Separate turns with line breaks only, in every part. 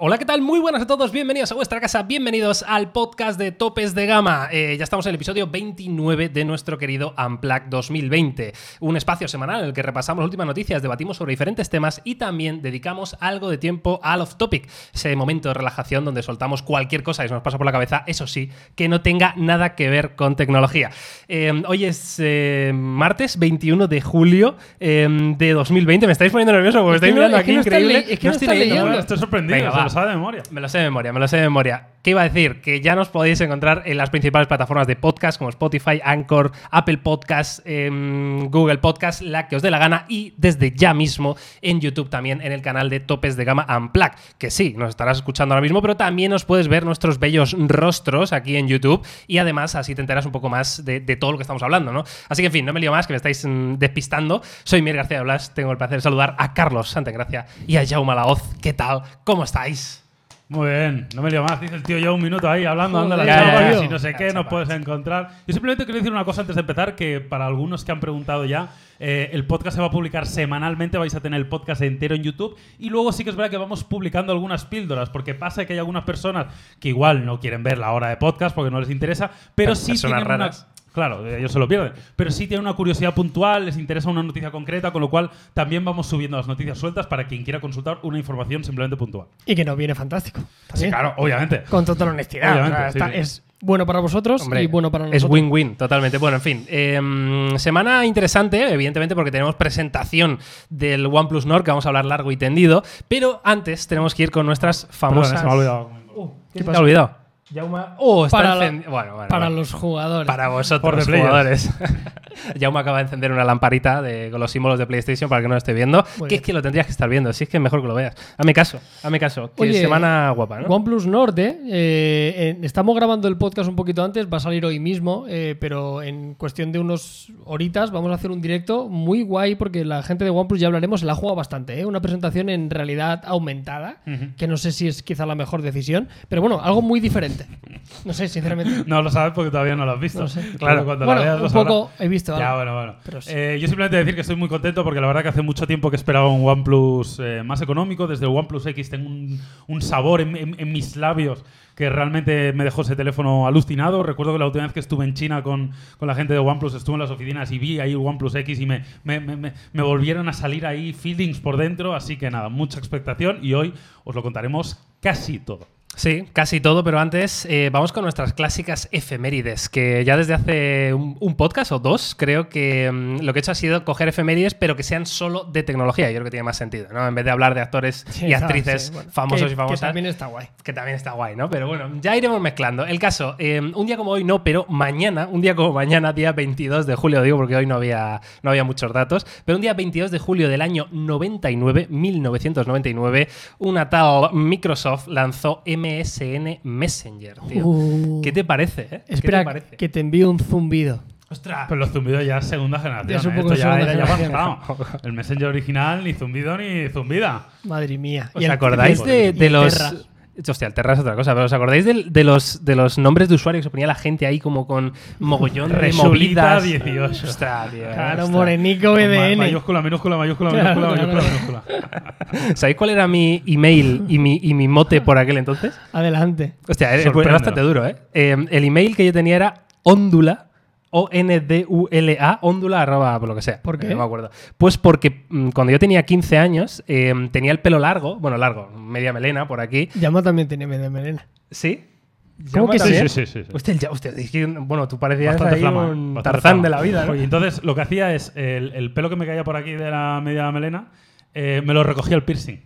Hola, ¿qué tal? Muy buenas a todos, bienvenidos a vuestra casa, bienvenidos al podcast de Topes de Gama. Eh, ya estamos en el episodio 29 de nuestro querido Amplac 2020, un espacio semanal en el que repasamos últimas noticias, debatimos sobre diferentes temas y también dedicamos algo de tiempo al off topic, ese momento de relajación donde soltamos cualquier cosa que se nos pasa por la cabeza, eso sí, que no tenga nada que ver con tecnología. Eh, hoy es eh, martes 21 de julio eh, de 2020, me estáis poniendo nervioso porque me
Es que
estáis
no-
mirando
es que
aquí
no está
increíble.
le- es que no está
leyendo,
leyendo.
¿verdad?
Estoy sorprendido,
Venga,
se
va.
lo sabe de memoria.
Me lo sé de memoria, me lo sé de memoria. ¿Qué iba a decir? Que ya nos podéis encontrar en las principales plataformas de podcast como Spotify, Anchor, Apple Podcast, em, Google Podcast, la que os dé la gana y desde ya mismo en YouTube también en el canal de Topes de Gama Unplug, que sí, nos estarás escuchando ahora mismo, pero también os puedes ver nuestros bellos rostros aquí en YouTube y además así te enteras un poco más de, de todo lo que estamos hablando, ¿no? Así que en fin, no me lío más, que me estáis mm, despistando. Soy Mier García de Blas, tengo el placer de saludar a Carlos Santagracia y a Jaume Laoz. ¿Qué tal? ¿Cómo estáis?
Muy bien, no me lío más. Dice el tío yo un minuto ahí hablando, anda la
Joder,
chapa,
ya, ya,
que
ya.
si no sé
La
qué, nos
chapa.
puedes encontrar. Yo simplemente quiero decir una cosa antes de empezar, que para algunos que han preguntado ya, eh, el podcast se va a publicar semanalmente, vais a tener el podcast entero en YouTube y luego sí que es verdad que vamos publicando algunas píldoras, porque pasa que hay algunas personas que igual no quieren ver la hora de podcast porque no les interesa, pero sí
Personas
tienen una-
raras.
Claro, eh, ellos se lo pierden. Pero sí tienen una curiosidad puntual, les interesa una noticia concreta, con lo cual también vamos subiendo las noticias sueltas para quien quiera consultar una información simplemente puntual.
Y que nos viene fantástico.
Sí,
también,
claro, obviamente.
Con total honestidad.
Obviamente,
O sea, está-
sí, sí.
Es bueno para vosotros
Hombre,
Pues, y bueno para
Es
nosotros.
win-win, totalmente. Bueno, en fin. eh, semana interesante, evidentemente, porque tenemos presentación del OnePlus Nord, que vamos a hablar largo y tendido. Pero antes tenemos que ir con nuestras famosas.
Perdón, se me ha olvidado.
Uh, ¿Qué
¿Qué
te
pasa?
ha olvidado? Yauma. Oh, está
Para la-
encendi- Bueno, bueno,
para
bueno.
los jugadores.
Para
For
vosotros,
the
los
players.
jugadores. Jaume acaba de encender una lamparita de- con los símbolos de PlayStation para que no lo esté viendo.
Muy
que
bien.
es que lo tendrías que estar viendo, si es que mejor que lo veas. Hazme caso, hazme caso. Que
Oye,
semana guapa, ¿no?
OnePlus Nord, ¿eh? Eh, en- estamos grabando el podcast un poquito antes, va a salir hoy mismo, eh, pero en cuestión de unos horitas vamos a hacer un directo muy guay porque la gente de OnePlus ya hablaremos, la juega bastante, ¿eh? una presentación en realidad aumentada, que no sé si es quizá la mejor decisión, pero bueno, algo muy diferente. No sé, sinceramente.
No lo sabes porque todavía no lo has visto.
No sé.
Claro, cuando
Bueno,
lo veas
un
lo
poco
sabrás.
he visto
Ya,
algo.
bueno, bueno.
Pero sí.
Eh, yo simplemente decir que estoy muy contento porque la verdad que hace mucho tiempo que esperaba un OnePlus eh, más económico. Desde el OnePlus X tengo un, un sabor en, en- en mis labios que realmente me dejó ese teléfono alucinado. Recuerdo que la última vez que estuve en China con, con la gente de OnePlus, estuve en las oficinas y vi ahí el OnePlus X y me, me, me- me- me volvieron a salir ahí feelings por dentro. Así que nada, mucha expectación y hoy os lo contaremos casi todo.
Sí, casi todo, pero antes eh, vamos con nuestras clásicas efemérides, que ya desde hace un, un podcast o dos creo que mm, lo que he hecho ha sido coger efemérides, pero que sean solo de tecnología, yo creo que tiene más sentido, ¿no? En vez de hablar de actores y
está,
actrices
sí, bueno.
famosos
Que-
y famosas
Que también está guay.
que también está guay, ¿no? Pero bueno, ya iremos mezclando. El caso, eh, un día como hoy no, pero mañana, un día como mañana, día 22 de julio, digo porque hoy no había, no había muchos datos, pero un día 22 de julio del año 99, 1999, una tal Microsoft lanzó MSN Messenger, tío.
Uh.
¿Qué te parece, eh? ¿Qué te
Espera,
parece?
que te envío un zumbido.
¡Ostras!
Pero Pues los zumbidos ya es segunda generación.
Es un
¿eh?
poco
Esto ya
segunda
era ya
generación.
avanzado. El Messenger original, ni zumbido ni zumbida.
Madre mía.
¿Os
el-
acordáis
y
de,
el
de los.
Terra.
Hostia, el Terra es otra cosa, pero ¿os acordáis del- de, los, de los nombres de usuarios que ponía la gente ahí como con mogollón de
Resulita
movidas?
18.
Hostia, tío,
Claro,
hostia.
Morenico
Pues
Con ma-
BDN.
Mayúscula, minúscula, mayúscula,
Claro,
minúscula,
claro.
mayúscula, minúscula.
¿Sabéis cuál era mi email y mi, y mi mote por aquel entonces?
Adelante.
Hostia, era- era
Sorpréndelo.
bastante duro, ¿eh? Eh, El email que yo tenía era ondula. O-N-D-U-L-A, ondula, arroba, por lo que sea.
¿Por qué?
Eh, No me acuerdo. Pues porque mm, cuando yo tenía 15 años, eh, tenía el pelo largo, bueno, largo, media melena por aquí.
Llama también tiene media melena.
¿Sí?
¿Cómo que
Sí,
también?
sí, sí, sí, sí.
Hostia, el ya- hostia, es que, bueno, tú parecías
Bastante
ahí
flama,
un
bastante
tarzán
flama.
de la vida, ¿no?
Oye, entonces lo que hacía es el, el pelo que me caía por aquí de la media melena, eh, me lo recogía el piercing.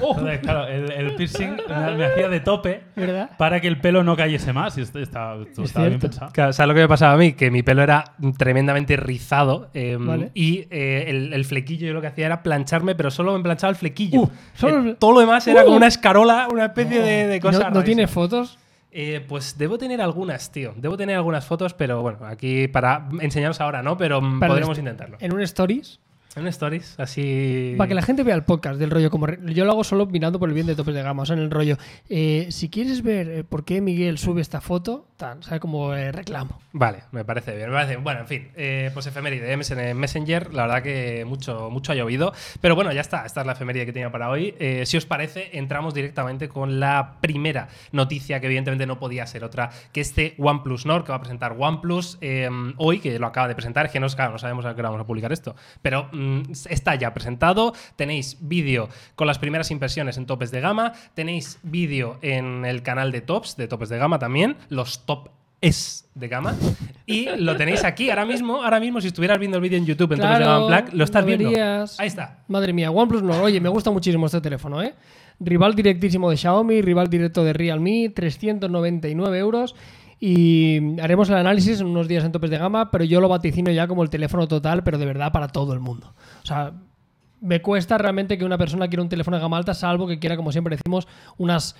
Entonces, claro, el, el piercing me, me hacía de tope
¿Verdad?
para que el pelo no cayese más. Y esto está, esto
Es
estaba bien
cierto.
pensado.
Claro, ¿sabes lo que me pasaba a mí? Que mi pelo era tremendamente rizado eh,
Vale.
y eh, el, el flequillo yo lo que hacía era plancharme, pero solo me planchaba el flequillo.
Uh, solo
Eh,
el-
todo lo demás era
Uh.
como una escarola, una especie de, de cosa.
¿No, no
rarísima.
tiene fotos?
Eh, pues debo tener algunas, tío. Debo tener algunas fotos, pero bueno, aquí para enseñaros ahora no, pero mm,
Para
podremos
el-
intentarlo.
¿En un stories?
En stories, así.
Para que la gente vea el podcast del rollo, como re- yo lo hago solo mirando por el bien de topes de gama, o sea, en el rollo. eh, si quieres ver eh, por qué Miguel sube esta foto, tal, ¿sabes? Como eh, reclamo.
Vale, me parece bien. Me parece bien. Bueno, en fin, eh, pues efeméride, MSN Messenger, la verdad que mucho, mucho ha llovido. Pero bueno, ya está, esta es la efeméride que tenía para hoy. Eh, si os parece, entramos directamente con la primera noticia, que evidentemente no podía ser otra, que este OnePlus Nord, que va a presentar OnePlus eh, hoy, que lo acaba de presentar, es que no, es- claro, no sabemos a qué hora vamos a publicar esto, pero mm, está ya presentado. Tenéis vídeo con las primeras impresiones en topes de gama, tenéis vídeo en el canal de tops, de topes de gama también, los top es de gama y lo tenéis aquí ahora mismo ahora mismo si estuvieras viendo el vídeo en YouTube entonces
Claro,
lo estás
lo
viendo
verías.
ahí está
Madre mía, OnePlus no. Oye, me gusta muchísimo este teléfono, ¿eh? Rival directísimo de Xiaomi, rival directo de Realme, 399 euros. Y haremos el análisis en unos días en topes de gama, pero yo lo vaticino ya como el teléfono total, pero de verdad para todo el mundo. O sea, me cuesta realmente que una persona quiera un teléfono de gama alta, salvo que quiera, como siempre decimos, unos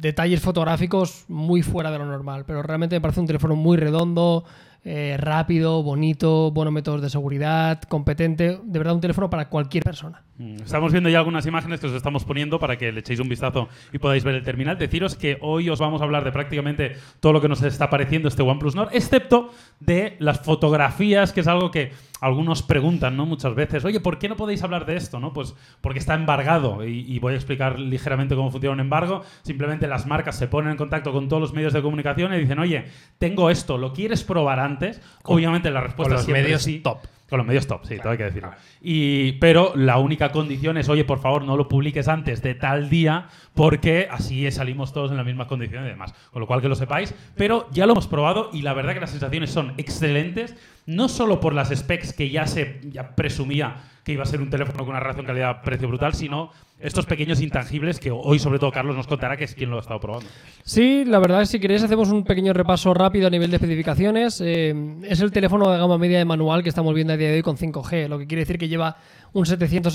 detalles fotográficos muy fuera de lo normal. Pero realmente me parece un teléfono muy redondo, eh, rápido, bonito, buenos métodos de seguridad, competente. De verdad, un teléfono para cualquier persona.
Mm, Estamos viendo ya algunas imágenes que os estamos poniendo para que le echéis un vistazo y podáis ver el terminal. Deciros que hoy os vamos a hablar de prácticamente todo lo que nos está pareciendo este OnePlus Nord, excepto de las fotografías, que es algo que algunos preguntan ¿no? muchas veces. Oye, ¿por qué no podéis hablar de esto? ¿no? Pues porque está embargado y, y voy a explicar ligeramente cómo funciona un embargo. Simplemente las marcas se ponen en contacto con todos los medios de comunicación y dicen, oye, tengo esto, ¿lo quieres probar antes? Obviamente la
con
respuesta
los
siempre es
medios
sí.
top.
Con los medios top, sí, todo hay que decirlo. Y, pero la única condición es, oye, por favor, no lo publiques antes de tal día, porque así salimos todos en las mismas condiciones y demás. Con lo cual que lo sepáis, pero ya lo hemos probado y la verdad que las sensaciones son excelentes, no solo por las specs que ya se ya presumía que iba a ser un teléfono con una relación calidad-precio brutal, sino estos pequeños intangibles que hoy, sobre todo, Carlos nos contará que es quien lo ha estado probando.
Sí, la verdad, si queréis hacemos un pequeño repaso rápido a nivel de especificaciones. Eh, es el teléfono de gama media de manual que estamos viendo a día de hoy con 5G, lo que quiere decir que lleva un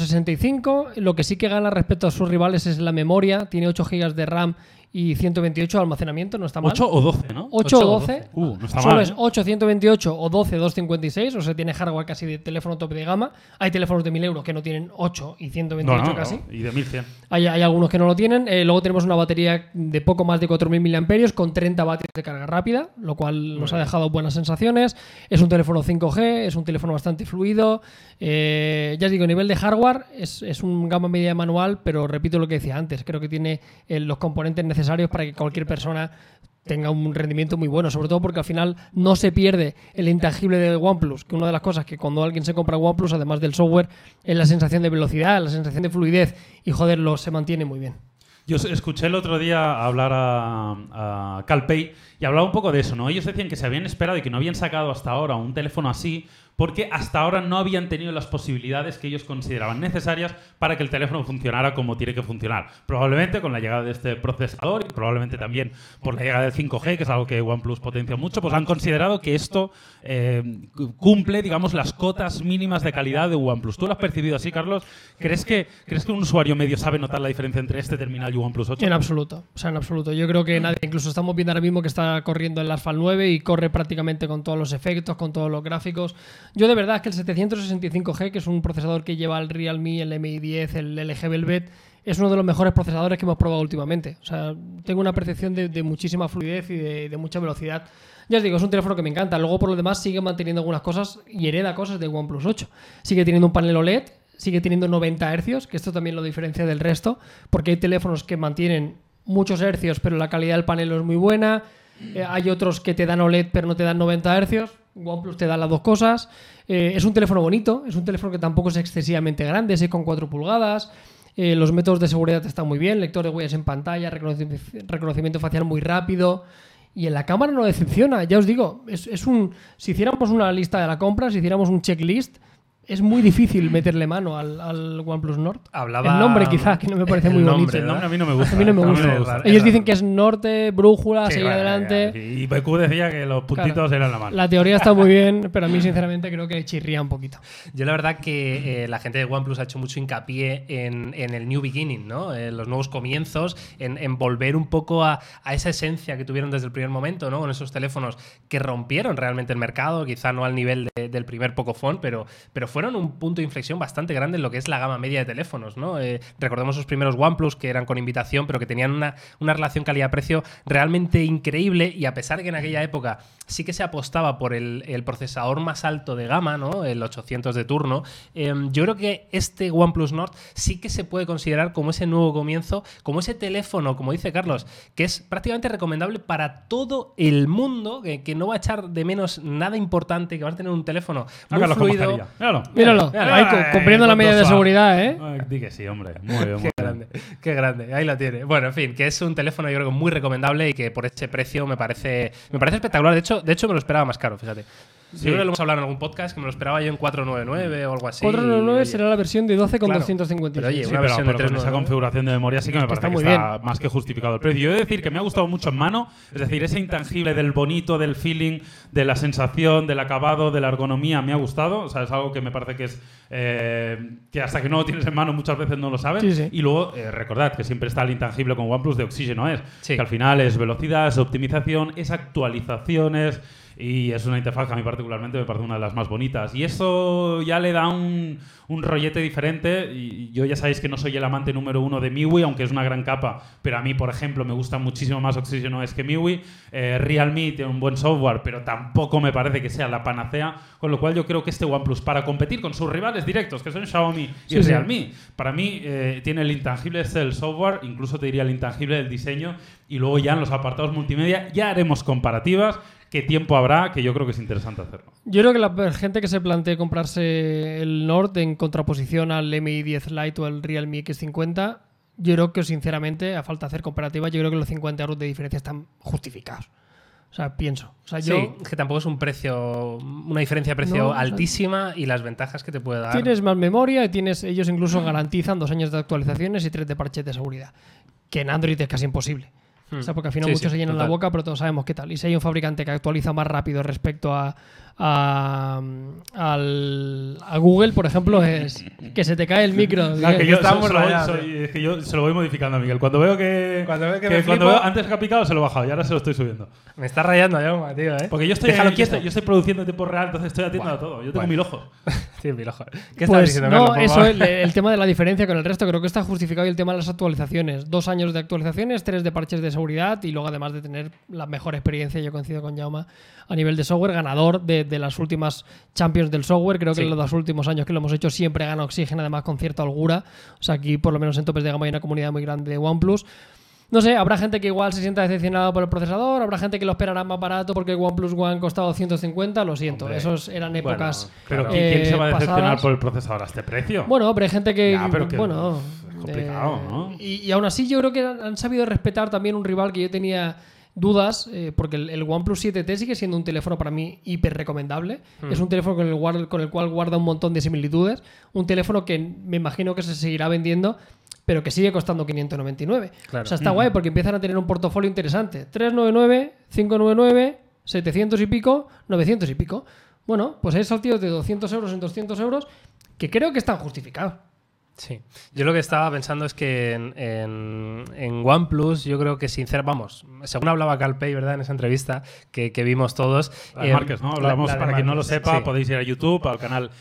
765. Lo que sí que gana respecto a sus rivales es la memoria, tiene 8 GB de RAM y 128 de almacenamiento, no está mal.
8 o 12, ¿no?
8 o 12.
Uh, no está
Solo
mal.
es 8, 128 o 12, 256. O sea, tiene hardware casi de teléfono top de gama. Hay teléfonos de 1000 euros que no tienen 8 y 128
No, no, no,
casi.
Y de 1100.
Hay, hay algunos que no lo tienen. Eh, luego tenemos una batería de poco más de 4.000 mAh con 30 vatios de carga rápida, lo cual nos ha dejado buenas sensaciones. Es un teléfono 5G, es un teléfono bastante fluido. Eh, ya os digo, a nivel de hardware es, es un gama media de manual, pero repito lo que decía antes, creo que tiene eh, los componentes necesarios para que cualquier persona tenga un rendimiento muy bueno, sobre todo porque al final no se pierde el intangible de OnePlus, que una de las cosas que cuando alguien se compra OnePlus, además del software, es la sensación de velocidad, la sensación de fluidez, y joder, lo, se mantiene muy bien.
Yo os- escuché el otro día hablar a, a CalPay y hablaba un poco de eso, ¿no? Ellos decían que se habían esperado y que no habían sacado hasta ahora un teléfono así porque hasta ahora no habían tenido las posibilidades que ellos consideraban necesarias para que el teléfono funcionara como tiene que funcionar. Probablemente con la llegada de este procesador y probablemente también por la llegada del 5G, que es algo que OnePlus potencia mucho, pues han considerado que esto eh, cu- cumple, digamos, las cotas mínimas de calidad de OnePlus. ¿Tú lo has percibido así, Carlos? ¿Crees que, ¿crees que un usuario medio sabe notar la diferencia entre este terminal y OnePlus 8?
En absoluto, o sea, en absoluto. Yo creo que nadie, incluso estamos viendo ahora mismo que está corriendo el Asphalt 9 y corre prácticamente con todos los efectos, con todos los gráficos. Yo de verdad es que el 765G, que es un procesador que lleva el Realme, el Mi 10, el LG Velvet, es uno de los mejores procesadores que hemos probado últimamente. O sea, tengo una percepción de, de muchísima fluidez y de, de mucha velocidad. Ya os digo, es un teléfono que me encanta. Luego, por lo demás, sigue manteniendo algunas cosas y hereda cosas de OnePlus 8. Sigue teniendo un panel E OLED, sigue teniendo 90 hercios, que esto también lo diferencia del resto, porque hay teléfonos que mantienen muchos hercios, pero la calidad del panel no es muy buena. Eh, hay otros que te dan OLED, pero no te dan 90 hercios. OnePlus te da las dos cosas. Eh, es un teléfono bonito, es un teléfono que tampoco es excesivamente grande, 6,4 pulgadas. Eh, los métodos de seguridad están muy bien, lector de huellas en pantalla, reconoci- reconocimiento facial muy rápido. Y en la cámara no decepciona, ya os digo, es, es un. Si hiciéramos una lista de la compra, si hiciéramos un checklist, es muy difícil meterle mano al, al OnePlus Nord.
Hablaba-
El nombre quizás, que no me parece
El
muy
nombre,
El
bonito.
nombre a mí no me gusta.
A mí no me
A mí
gusta.
no me
Es raro.
Ellos dicen que es norte, brújula,
Sí,
seguir
bueno, ya,
adelante.
Y BQ decía que los puntitos
Claro.
eran la mano.
La teoría está muy bien, pero a mí sinceramente creo que chirría un poquito.
Yo la verdad que eh, la gente de OnePlus ha hecho mucho hincapié en, en el New Beginning, ¿no? En los nuevos comienzos, en, en volver un poco a, a esa esencia que tuvieron desde el primer momento, ¿no? Con esos teléfonos que rompieron realmente el mercado, quizá no al nivel de- del primer Pocophone, pero, pero fueron un punto de inflexión bastante grande en lo que es la gama media de teléfonos. ¿no? Eh, recordemos los primeros OnePlus que eran con invitación, pero que tenían una, una relación calidad-precio realmente increíble y a pesar que en aquella época sí que se apostaba por el, el procesador más alto de gama, ¿no? el 800 de turno, eh, yo creo que este OnePlus Nord sí que se puede considerar como ese nuevo comienzo, como ese teléfono, como dice Carlos, que es prácticamente recomendable para todo el mundo, que, que no va a echar de menos nada importante, que vas a tener un teléfono muy
Hágalo con
fluido.
mascarilla. Míralo.
Míralo, ahí cu- cumpliendo la
cuánto
medida de
suave.
seguridad, ¿eh?
Ay, Di que sí, hombre. Muy bien, muy
Qué
bien.
grande, qué grande, ahí la tiene. Bueno, en fin, que es un teléfono yo creo que muy recomendable y que por este precio me parece me parece espectacular. De hecho, de hecho me lo esperaba más caro, fíjate. Yo
Sí.
creo que lo hemos hablado en algún podcast que me lo esperaba yo en 499 o algo así.
499
Oye,
será la versión de 12 con
Claro.
256.
Pero oye,
Sí,
una
pero,
versión
pero
de
con esa
3.99.
configuración de memoria sí que me
que
parece
está
que
muy
está más que justificado el precio. Yo he de decir que me ha gustado mucho en mano, es decir, ese intangible del bonito, del feeling, de la sensación, del acabado, de la ergonomía, me ha gustado. O sea, es algo que me parece que es eh, que hasta que no lo tienes en mano muchas veces no lo sabes.
Sí, sí.
Y luego eh, recordad que siempre está el intangible con OnePlus de oxígeno, es
Sí.
que al final es velocidad, es optimización, es actualizaciones. Y es una interfaz que a mí particularmente me parece una de las más bonitas. Y eso ya le da un, un rollete diferente. Y yo ya sabéis que no soy el amante número uno de MIUI, aunque es una gran capa. Pero a mí, por ejemplo, me gusta muchísimo más Oxygen OS que MIUI. Eh, Realme tiene un buen software, pero tampoco me parece que sea la panacea. Con lo cual yo creo que este OnePlus, para competir con sus rivales directos, que son Xiaomi y
Sí, sí.
Realme, mí. Para mí eh, tiene el intangible este del software, incluso te diría el intangible del diseño, y luego ya en los apartados multimedia ya haremos comparativas, qué tiempo habrá, que yo creo que es interesante hacerlo.
Yo creo que la gente que se plantee comprarse el Nord en contraposición al Mi 10 Lite o al Realme X50, yo creo que sinceramente, a falta de hacer comparativa, yo creo que los 50 euros de diferencia están justificados. O sea, pienso. O sea, yo
Sí, es que tampoco es un precio, una diferencia de precio
No, o sea-
altísima y las ventajas que te puede dar.
Tienes más memoria y tienes, ellos incluso garantizan dos años de actualizaciones y tres de parches de seguridad. Que en Android es casi imposible.
Hmm.
O sea, porque al final
Sí,
muchos
sí,
se llenan
total.
la boca, pero todos sabemos qué tal. Y si hay un fabricante que actualiza más rápido respecto a, a, al- a Google, por ejemplo, es que se te cae el micro.
Claro, Ah, que yo,
está
se-
muy
se lo voy-
rayado,
soy- es que yo se lo voy modificando a Miguel. Cuando veo que.
Cuando veo que me
cuando
flipo-
veo- antes que ha picado se lo he bajado y ahora se lo estoy subiendo.
Me está rayando ya, tío, ¿eh?
Porque yo estoy,
Déjalo
yo
quieto.
estoy, yo estoy produciendo en tiempo real, entonces estoy atendiendo a todo. Yo tengo
Bueno.
mil ojos.
Sí, mil ojos. ¿Qué estás
Pues
diciendo,
no,
Carlos, por
eso,
favor?
el, el tema de la diferencia con el resto, creo que está justificado y el tema de las actualizaciones. Dos años de actualizaciones, tres de parches de seguridad y luego además de tener la mejor experiencia, yo coincido con Jauma, a nivel de software, ganador de, de las últimas Champions del software. Creo que
Sí.
en los últimos años que lo hemos hecho siempre gana Oxygen, además con cierta holgura. O sea, aquí por lo menos en topes de gama hay una comunidad muy grande de OnePlus. No sé, habrá gente que igual se sienta decepcionado por el procesador, habrá gente que lo esperará más barato porque el OnePlus One costaba 250, lo siento,
Hombre,
esos eran
bueno,
épocas
Pero
Claro.
¿quién, quién
eh,
se va a decepcionar
pasadas.
por el procesador a este precio?
Bueno, pero hay gente que.
Ya, pero que
bueno, eh,
es complicado, ¿no?
Y, y aún así, yo creo que han, han sabido respetar también un rival que yo tenía dudas, eh, porque el, el OnePlus 7T sigue siendo un teléfono para mí hiper recomendable.
Hmm.
Es un teléfono con el, guar- con el cual guarda un montón de similitudes. Un teléfono que me imagino que se seguirá vendiendo. Pero que sigue costando 599.
Claro.
O sea, está guay porque empiezan a tener un portafolio interesante. 399, 599, 700 y pico, 900 y pico. Bueno, pues hay saltidos de 200 euros en 200 euros que creo que están justificados.
Sí. Yo lo que estaba pensando es que en, en, en OnePlus, yo creo que sinceramente, vamos, según hablaba Calpey, ¿verdad? En esa entrevista que, que vimos todos.
La de
eh,
Márquez, ¿no?
la-
Hablábamos,
la de
para quien no lo
Márquez,
sepa,
sí.
podéis ir a YouTube, al canal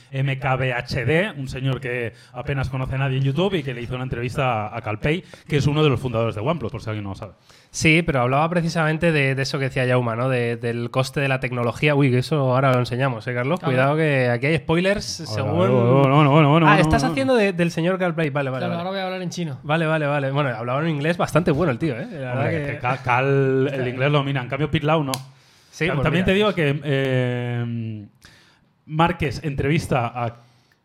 MKBHD, un señor que apenas conoce a nadie en YouTube y que le hizo una entrevista a Calpey, que es uno de los fundadores de OnePlus, por si alguien no lo sabe.
Sí, pero hablaba precisamente de, de eso que decía Yauma, ¿no? De- del coste de la tecnología. Uy, que eso ahora lo enseñamos, ¿eh, Carlos?
Claro.
Cuidado que aquí hay spoilers según...
Bueno, bueno, bueno, bueno,
ah,
bueno,
estás
bueno.
haciendo de- del señor Calpey. Vale, vale,
Claro, ahora
vale.
voy a hablar en chino.
Vale, vale, vale. Bueno, hablaba en inglés bastante bueno el tío, ¿eh? La verdad
Hombre,
que-
que Cal, Cal- el inglés lo domina, en cambio Pitlau no.
Sí,
Cal-
pues
También
mira.
te digo que eh, Márquez entrevista a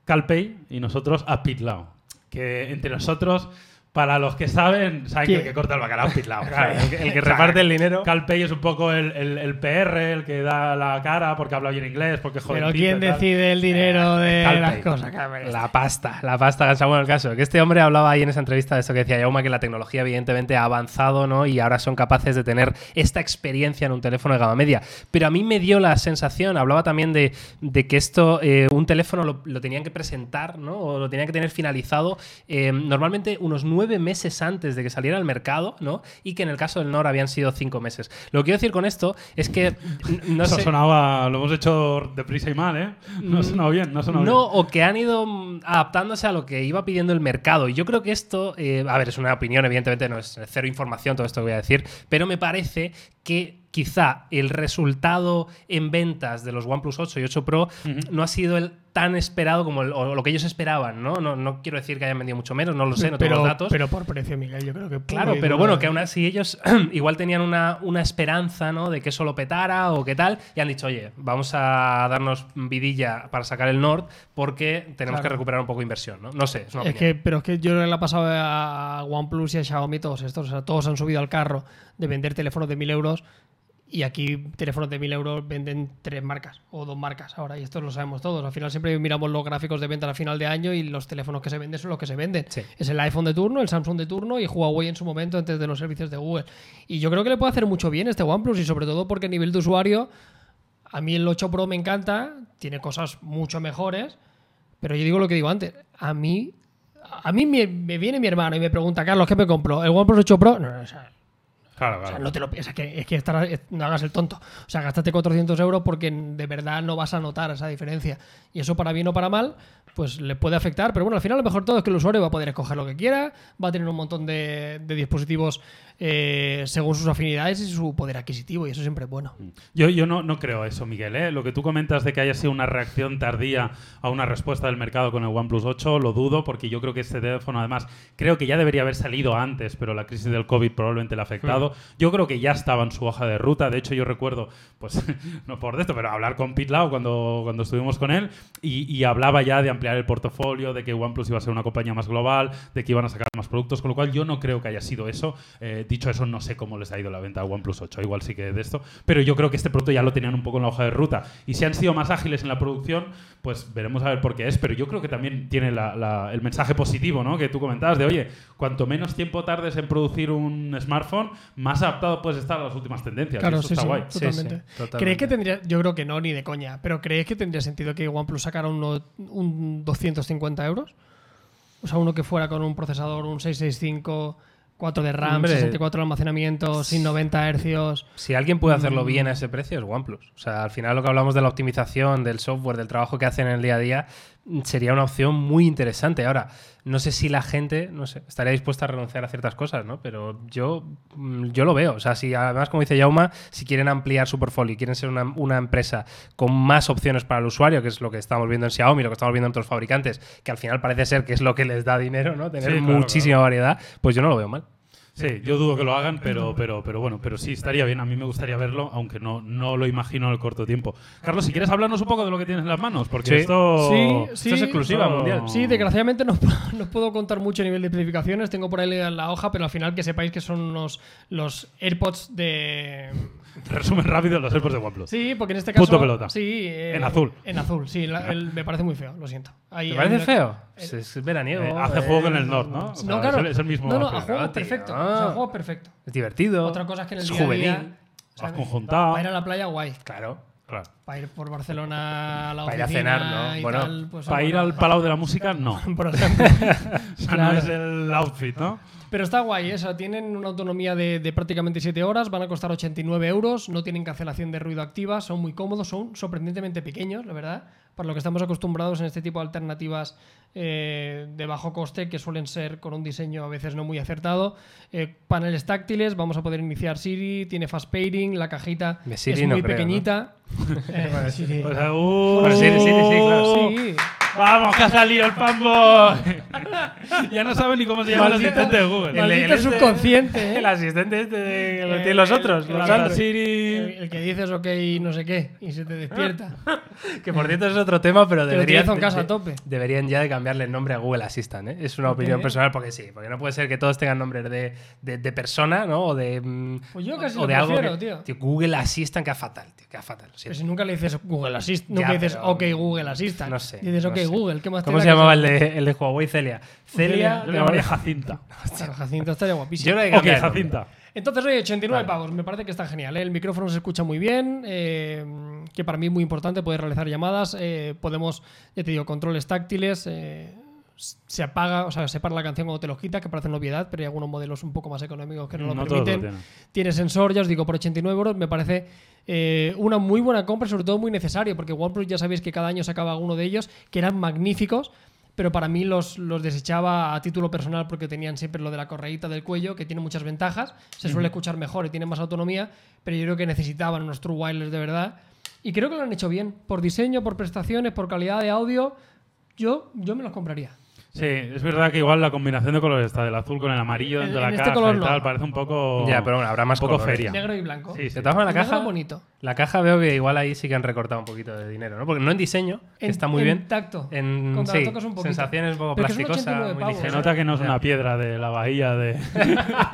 Calpey y nosotros a Pitlau. Que entre nosotros, para los que saben, saben que
¿Quién?
el que corta el bacalao es Pitlau.
Claro, el, que- el que
O sea,
reparte el dinero...
Calpey es un poco el, el- el PR, el que da la cara porque habla bien inglés, porque joder.
Pero ¿quién decide
Eh,
el dinero de las cosas? cabrón?
La pasta, la pasta, Gansa. Bueno, el caso, que este hombre hablaba ahí en esa entrevista de eso que decía Yauma, que la tecnología evidentemente ha avanzado, ¿no? Y ahora son capaces de tener esta experiencia en un teléfono de gama media. Pero a mí me dio la sensación, hablaba también de, de que esto, eh, un teléfono lo, lo tenían que presentar, ¿no? O lo tenían que tener finalizado eh, normalmente unos nueve nueve meses antes de que saliera al mercado, ¿no? Y que en el caso del Nord habían sido cinco meses. Lo que quiero decir con esto es que n- no
Eso
sé.
sonaba, lo hemos hecho deprisa y mal, ¿eh? No ha sonado bien, no ha sonado
No,
bien.
o que han ido mm, adaptándose a lo que iba pidiendo el mercado. Y yo creo que esto, eh, a ver, es una opinión, evidentemente no es cero información todo esto que voy a decir, pero me parece que quizá el resultado en ventas de los OnePlus 8 y 8 Pro no ha sido el tan esperado como el- o lo que ellos esperaban, ¿no? ¿no? No quiero decir que hayan vendido mucho menos, no lo sé, no tengo
pero,
los datos.
pero por precio, Miguel, yo creo que.
Claro,
puede
pero
durar.
bueno, que aún así ellos igual tenían una, una esperanza, ¿no? De que eso lo petara o qué tal, y han dicho, oye, vamos a darnos vidilla para sacar el Nord porque tenemos
Claro.
que recuperar un poco de inversión, ¿no? No sé, es una
Es
opinión.
que, pero es que yo creo que le ha pasado a OnePlus y a Xiaomi todos estos. O sea, todos han subido al carro de vender teléfonos de 1000 euros y aquí teléfonos de 1000 euros venden tres marcas o dos marcas ahora y esto lo sabemos todos. Al final siempre miramos los gráficos de venta a final de año y los teléfonos que se venden son los que se venden.
Sí.
Es el iPhone de turno, el Samsung de turno y Huawei en su momento antes de los servicios de Google. Y yo creo que le puede hacer mucho bien este OnePlus y sobre todo porque a nivel de usuario a mí el 8 Pro me encanta, tiene cosas mucho mejores, pero yo digo lo que digo antes. A mí, a mí me, me viene mi hermano y me pregunta, Carlos, ¿qué me compro? ¿El OnePlus 8 Pro? No, no, o sea,
Claro,
o sea,
claro.
no te lo piensas, que, es que estarás- es- no hagas el tonto. O sea, gástate 400 euros porque de verdad no vas a notar esa diferencia. Y eso para bien o para mal, pues le puede afectar. Pero bueno, al final lo mejor todo es que el usuario va a poder escoger lo que quiera, va a tener un montón de, de dispositivos eh, según sus afinidades y su poder adquisitivo. Y eso siempre es bueno.
Yo, yo no, no creo eso, Miguel. ¿eh? Lo que tú comentas de que haya sido una reacción tardía a una respuesta del mercado con el OnePlus 8, lo dudo porque yo creo que este teléfono, además, creo que ya debería haber salido antes, pero la crisis del COVID probablemente le ha afectado. Yo creo que ya estaba en su hoja de ruta. De hecho, yo recuerdo, pues, no por de esto, pero hablar con Pete Lau cuando, cuando estuvimos con él y, y hablaba ya de ampliar el portafolio, de que OnePlus iba a ser una compañía más global, de que iban a sacar más productos, con lo cual yo no creo que haya sido eso. Eh, dicho eso, no sé cómo les ha ido la venta a OnePlus 8, igual sí que de esto, pero yo creo que este producto ya lo tenían un poco en la hoja de ruta. Y si han sido más ágiles en la producción, pues veremos a ver por qué es, pero yo creo que también tiene la- la- el mensaje positivo, ¿no? Que tú comentabas de, oye, cuanto menos tiempo tardes en producir un smartphone, más adaptado puedes estar a las últimas tendencias. y
Claro,
eso
sí,
está
sí,
guay.
Sí,
totalmente.
sí, totalmente.
¿Crees que tendría, yo creo que no, ni de coña, pero ¿crees que tendría sentido que OnePlus sacara uno, un 250 euros? O sea, uno que fuera con un procesador, un 665, 4 de RAM,
Hombre.
64 de almacenamiento, sin 90 hercios.
Si alguien puede hacerlo bien
Mm.
a ese precio es OnePlus. O sea, al final lo que hablamos de la optimización, del software, del trabajo que hacen en el día a día, mm, sería una opción muy interesante. Ahora, no sé si la gente, no sé, estaría dispuesta a renunciar a ciertas cosas, ¿no? Pero yo, mm, yo lo veo. O sea, si además, como dice Yauma, si quieren ampliar su portfolio, y quieren ser una, una empresa con más opciones para el usuario, que es lo que estamos viendo en Xiaomi, lo que estamos viendo en otros fabricantes, que al final parece ser que es lo que les da dinero, ¿no? Tener
Sí, claro,
muchísima variedad, pues yo no lo veo mal.
Eh,
Sí, yo dudo que lo hagan, pero, pero, pero bueno, pero sí estaría bien. A mí me gustaría verlo, aunque no, no lo imagino en el corto tiempo. Carlos, si quieres hablarnos un poco de lo que tienes en las manos, porque
Sí.
esto,
Sí,
esto es exclusiva
Esto-
mundial.
Sí, desgraciadamente no, os- no os puedo contar mucho a nivel de especificaciones, tengo por ahí leída la hoja, pero al final que sepáis que son los, los AirPods de...
Resumen rápido los AirPods de OnePlus.
Sí, porque en este caso...
Punto pelota.
Sí. eh,
En azul.
En azul, sí. la- el- me parece muy feo, lo siento. Ahí-
¿Te
ahí
parece
lo-
feo? Es, es veraniego.
Eh, hace
eh,
juego con el Nord, Pues ¿no? O sea,
no, claro.
Es el, es el mismo.
No, no, a
outfit.
juego
tío.
perfecto. O sea, a juego perfecto.
Es divertido.
Otra cosa es que en el
es
día a
juvenil.
día,
Has
¿sabes?
conjuntado.
Para ir a la playa, guay.
Claro.
Claro.
Para ir por Barcelona a la
Para ir a
oficina
cenar, ¿no?
y
Bueno,
tal, pues,
Para ir
bueno,
al Palau de la Música, no.
Por ejemplo.
O sea,
Claro.
no es el outfit, ¿no?
Pero está guay, esa. Tienen una autonomía de, de prácticamente 7 horas, van a costar 89 euros, no tienen cancelación de ruido activa, son muy cómodos, son sorprendentemente pequeños, la verdad, para lo que estamos acostumbrados en este tipo de alternativas eh, de bajo coste, que suelen ser con un diseño a veces no muy acertado. Eh, paneles táctiles, vamos a poder iniciar Siri, tiene fast pairing, la cajita
De
es
Siri no
muy
creo, ¿no?
pequeñita. Eh, Siri.
O sea, ¡uh!
Pero sí, sí, sí, claro.
Sí.
¡Vamos, que ha salido el fanboy! ya no saben ni cómo se llaman los
Maldita-
asistentes de Google.
El-
Maldito
el-
subconsciente, ¿eh?
El asistente este de, lo
Eh,
tienen los otros,
el-
los
el-
Android.
El,
Siri.
el que dices ok no sé qué y se te despierta.
Que por cierto es otro tema, pero
lo
deberían.
utilizo en
de-
casa a
de-
tope.
Deberían ya de cambiarle el nombre a Google Assistant, ¿eh? Es una opinión
qué?
personal porque sí, porque no puede ser que todos tengan nombres de, de- de persona, ¿no? O de. mm,
Pues yo casi
o
lo
de algo
prefiero,
que-
tío.
Google Assistant queda fatal, tío, queda fatal. lo siento.
Pero si nunca le dices Google Assistant,
Ya,
nunca dices
pero-
OK Google Assistant.
No sé.
Dices
no
OK
sé.
Google, ¿qué más
¿Cómo
te
se
da que
llamaba el
sea-
de, el de Huawei Celia? Celia.
Celia,
Yo le llamaría Jacinta.
Claro, Jacinto estaría guapísimo.
Yo creo que
Ok,
cambia el nombre.
Jacinta.
Entonces, oye, 89
Vale.
pavos, me parece que está genial. ¿eh? El micrófono se escucha muy bien, eh, que para mí es muy importante poder realizar llamadas. eh, podemos, ya te digo, controles táctiles. eh, se apaga, o sea, se para la canción cuando te los quitas, que parece una obviedad, pero hay algunos modelos un poco más económicos que no lo
No todos lo
permiten.
tienen.
Tiene sensor, ya os digo, por 89 euros me parece eh, una muy buena compra, sobre todo muy necesario, porque OnePlus ya sabéis que cada año sacaba uno de ellos, que eran magníficos, pero para mí los, los desechaba a título personal porque tenían siempre lo de la correíta del cuello, que tiene muchas ventajas, se suele escuchar mejor y tiene más autonomía, pero yo creo que necesitaban unos True Wireless de verdad. Y creo que lo han hecho bien, por diseño, por prestaciones, por calidad de audio, yo, yo me los compraría.
Sí, es verdad que igual la combinación de colores está del azul con el amarillo dentro de la
En este
caja
color
y
no.
tal, parece un poco
Ya, pero bueno, habrá más
un poco
colores.
feria.
Negro y blanco.
Sí, sí.
De todas maneras, la
Negro
caja.
bonito.
La caja veo que igual ahí sí que han recortado un poquito de dinero, ¿no? Porque no en diseño, que
En-
está muy
en
bien.
tacto.
En
Con que lo
sí,
tocas un poquito.
sensaciones un poco
Pero que son
plasticosa,
89
muy
pavos,
Se
ligera.
nota que no es una piedra de la bahía de.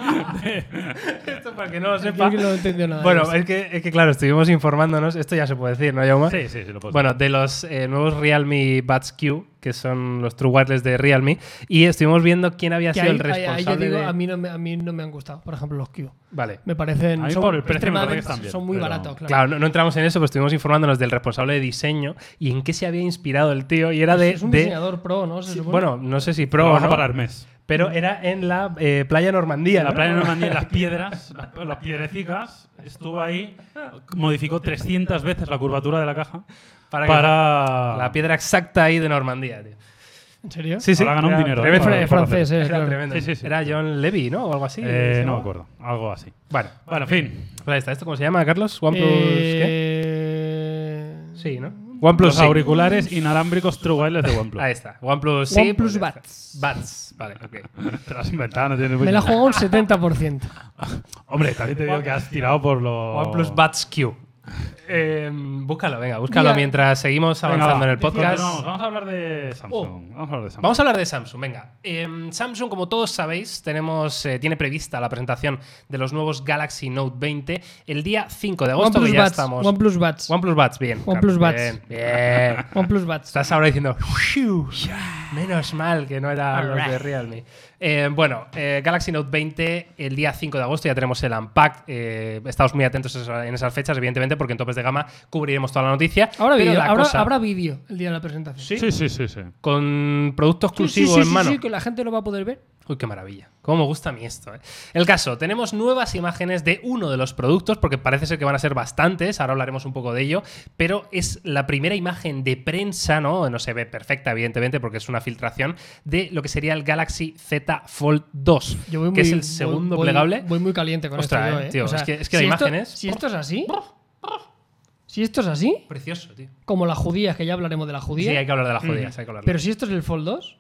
Esto para que no lo
¿eh? Yo
sepa.
que no entendió nada.
Bueno, es que, es que claro, estuvimos informándonos, esto ya se puede decir, ¿no, Jaume?
sí, sí, sí, lo puedo
Bueno, de los eh, nuevos Realme Buds Q, que son los True Wireless de Realme, y estuvimos viendo quién había
Que
sido
ahí-
el
ahí- ahí
responsable.
yo digo,
de-
a, mí no me, a mí no me han gustado, por ejemplo, los Q.
Vale.
Me parecen.
A mí
son
por el precio me parece que
extremadamente-
están bien,
Son muy
pero-
baratos, claro.
Claro, no, no entramos en eso, pues estuvimos informándonos del responsable de diseño y en qué se había inspirado el tío. Y era de.
es un
de-
diseñador pro, ¿no? Se
sí,
supone.
bueno, no sé si pro o
Vamos
no,
a parar mes.
pero era en la eh, playa Normandía.
Mm. En la
¿no?
playa de Normandía, en las piedras, las, las piedrecicas, estuvo ahí, modificó 300 veces la curvatura de la caja
Para
para.
que- La piedra exacta ahí de Normandía, tío.
¿En serio?
Sí, sí.
Ahora gana un
era
dinero, ¿eh?
tremendo.
Para-
Es francés, eh,
Era
claro.
tremendo.
Sí, sí, sí.
Era John Levy, ¿no? O algo así.
Eh,
¿se
no me
llamaba?
acuerdo, algo así.
Bueno,
Bueno, en fin.
pues ahí está. ¿Esto cómo se llama, Carlos? ¿OnePlus qué?
Eh,
Sí, ¿no?
Los
sí.
auriculares inalámbricos True Wireless de OnePlus.
Ahí está. OnePlus sí.
OnePlus
pues ya está. Buds,
Buds.
vale, ok.
Te lo has inventado, no tienes
Me la ha jugado un 70%.
Hombre, también te digo que has tirado por lo.
OnePlus Buds Q. Eh, búscalo, venga, búscalo
Mira.
mientras seguimos
Venga,
avanzando
va,
en el podcast. Oh.
continuamos. Vamos a hablar de Samsung. Vamos a hablar de Samsung.
Vamos a hablar de Samsung, venga. Em, Samsung, como todos sabéis, tenemos, eh, tiene prevista la presentación de los nuevos Galaxy Note 20 el día 5 de agosto,
OnePlus
que ya
Buds.
estamos...
OnePlus Buds.
OnePlus Buds, bien.
OnePlus
Carlos, Bien,
Buds.
bien.
OnePlus Buds.
Estás ahora diciendo, "Phew, menos mal que no era los de
Alright.
Realme. Eh, bueno, eh, Galaxy Note 20, el día 5 de agosto ya tenemos el Unpack. estamos muy atentos esa- en esas fechas, evidentemente, porque en topes de gama cubriremos toda la noticia.
Ahora
Pero
vídeo,
la
habrá,
cosa,
habrá vídeo el día de la presentación.
Sí, sí, sí, sí.
con producto
Sí,
exclusivo
sí, sí,
en mano.
sí, que la gente lo va a poder ver.
Uy, qué maravilla. Cómo me gusta a mí esto. ¿eh? El caso, tenemos nuevas imágenes de uno de los productos, porque parece ser que van a ser bastantes, ahora hablaremos un poco de ello, pero es la primera imagen de prensa, ¿no? No se ve perfecta, evidentemente, porque es una filtración, de lo que sería el Galaxy Z Fold 2,
Yo voy
que es
muy-
el segundo
voy- voy-
plegable.
Voy muy caliente con
Ostras,
esto. yo,
eh,
eh.
tío,
O sea,
es que- es que la
si
imagen
esto-
es-
Si esto es así. Si esto es así,
Precioso, tío.
como las judías, que ya hablaremos de las
Sí,
judías.
hay que hablar de las jodidas, hay que hablar de
Pero si esto es el Fold 2,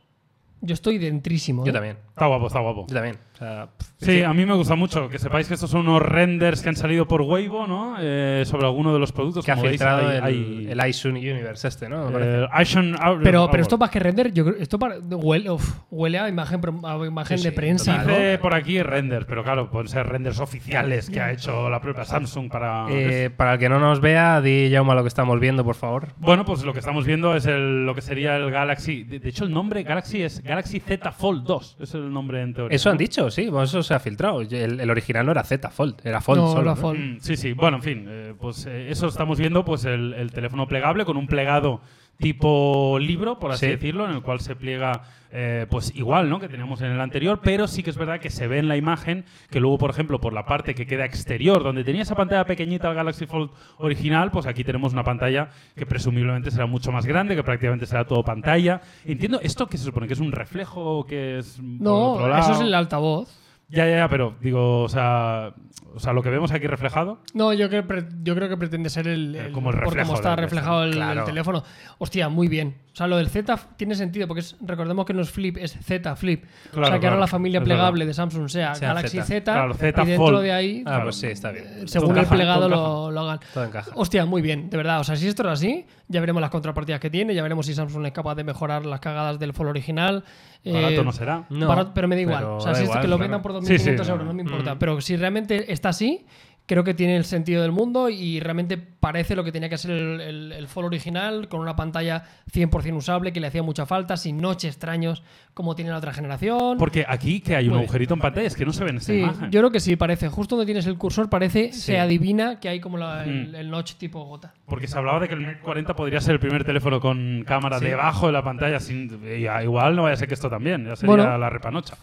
yo estoy dentrísimo.
Yo
¿eh?
también,
Está guapo, está guapo.
yo también. O sea, pff,
Sí, a mí me gusta mucho. Que sepáis que estos son unos renders que han salido por Weibo, ¿no? Eh, sobre alguno de los productos.
Pues
que ha
Como veis,
filtrado
hay-
el,
hay-
el iSun Universe este, ¿no? Me parece.
eh, Action Out-
Pero,
Out.
pero esto más que render, yo creo, esto para- huele, uf, huele a imagen, pro- a imagen
Sí,
de
sí,
prensa.
total.
¿no?
Dice por aquí renders, pero claro, pueden ser renders oficiales que ha hecho la propia Samsung para.
Eh, para el que no nos vea, di Jaume lo que estamos viendo, por favor.
Bueno, pues lo que estamos viendo es el- lo que sería el Galaxy. De, de hecho, el nombre Galaxy es Galaxy Z Fold 2. Es el nombre en teoría.
Eso han dicho, sí, bueno, eso se ha filtrado. El, el original no era Z Fold, era Fold
No,
solo. ¿no?
la
Ah,
Fold.
Mm, sí, sí. Bueno, en fin, eh, pues eh, eso estamos viendo, pues el, el teléfono plegable con un plegado tipo libro, por así
Sí.
decirlo, en el cual se pliega eh, pues igual, ¿no? Que teníamos en el anterior, pero sí que es verdad que se ve en la imagen que luego, por ejemplo, por la parte que queda exterior, donde tenía esa pantalla pequeñita el Galaxy Fold original, pues aquí tenemos una pantalla que presumiblemente será mucho más grande, que prácticamente será todo pantalla. Entiendo, ¿esto que se supone que es un reflejo, que es... por otro
No,
lado?
eso es el altavoz.
Ya, ya, ya, pero digo, o sea, o sea, lo que vemos aquí reflejado
No, yo creo, pre- yo creo que pretende ser el,
Eh, como el
por
reflejo
cómo está
del-
reflejado el,
claro.
el teléfono. Hostia, muy bien. O sea, lo del Z f- tiene sentido porque es- recordemos que no es flip, es Z flip. o
Claro,
sea, que
claro,
ahora la familia
es
plegable de Samsung sea,
Sea
Galaxy
Z.
Z,
Claro, Z
y dentro
Fold.
de ahí,
Ah, pues sí, está bien.
según
todo
el
encaja,
plegado,
todo
lo, lo hagan.
Todo encaja.
Hostia, muy bien, de verdad. O sea, si esto es así, ya veremos las contrapartidas que tiene, ya veremos si Samsung es capaz de mejorar las cagadas del Fold original.
barato
Eh,
no será.
No,
barato, pero me da igual.
pero
o sea,
da
si esto
igual,
que lo
claro.
vendan por 2.500
Sí, sí,
euros
no.
no me importa. Pero si realmente está así, creo que tiene el sentido del mundo y realmente parece lo que tenía que ser el, el, el Fall original, con una pantalla 100% usable que le hacía mucha falta, sin noches extraños como tiene la otra generación.
Porque aquí que hay un
Pues,
agujerito en pantalla, es que no se ve en esta
Sí,
imagen.
yo creo que sí, parece. Justo donde tienes el cursor parece,
Sí.
se adivina que hay como la- el,
Mm.
el notch tipo gota.
Porque se hablaba de que el Mate 40 podría ser el primer teléfono con cámara
Sí.
debajo de la pantalla. Sin, y, ah, igual no vaya a ser que esto también. Ya sería
Bueno.
la repanocha.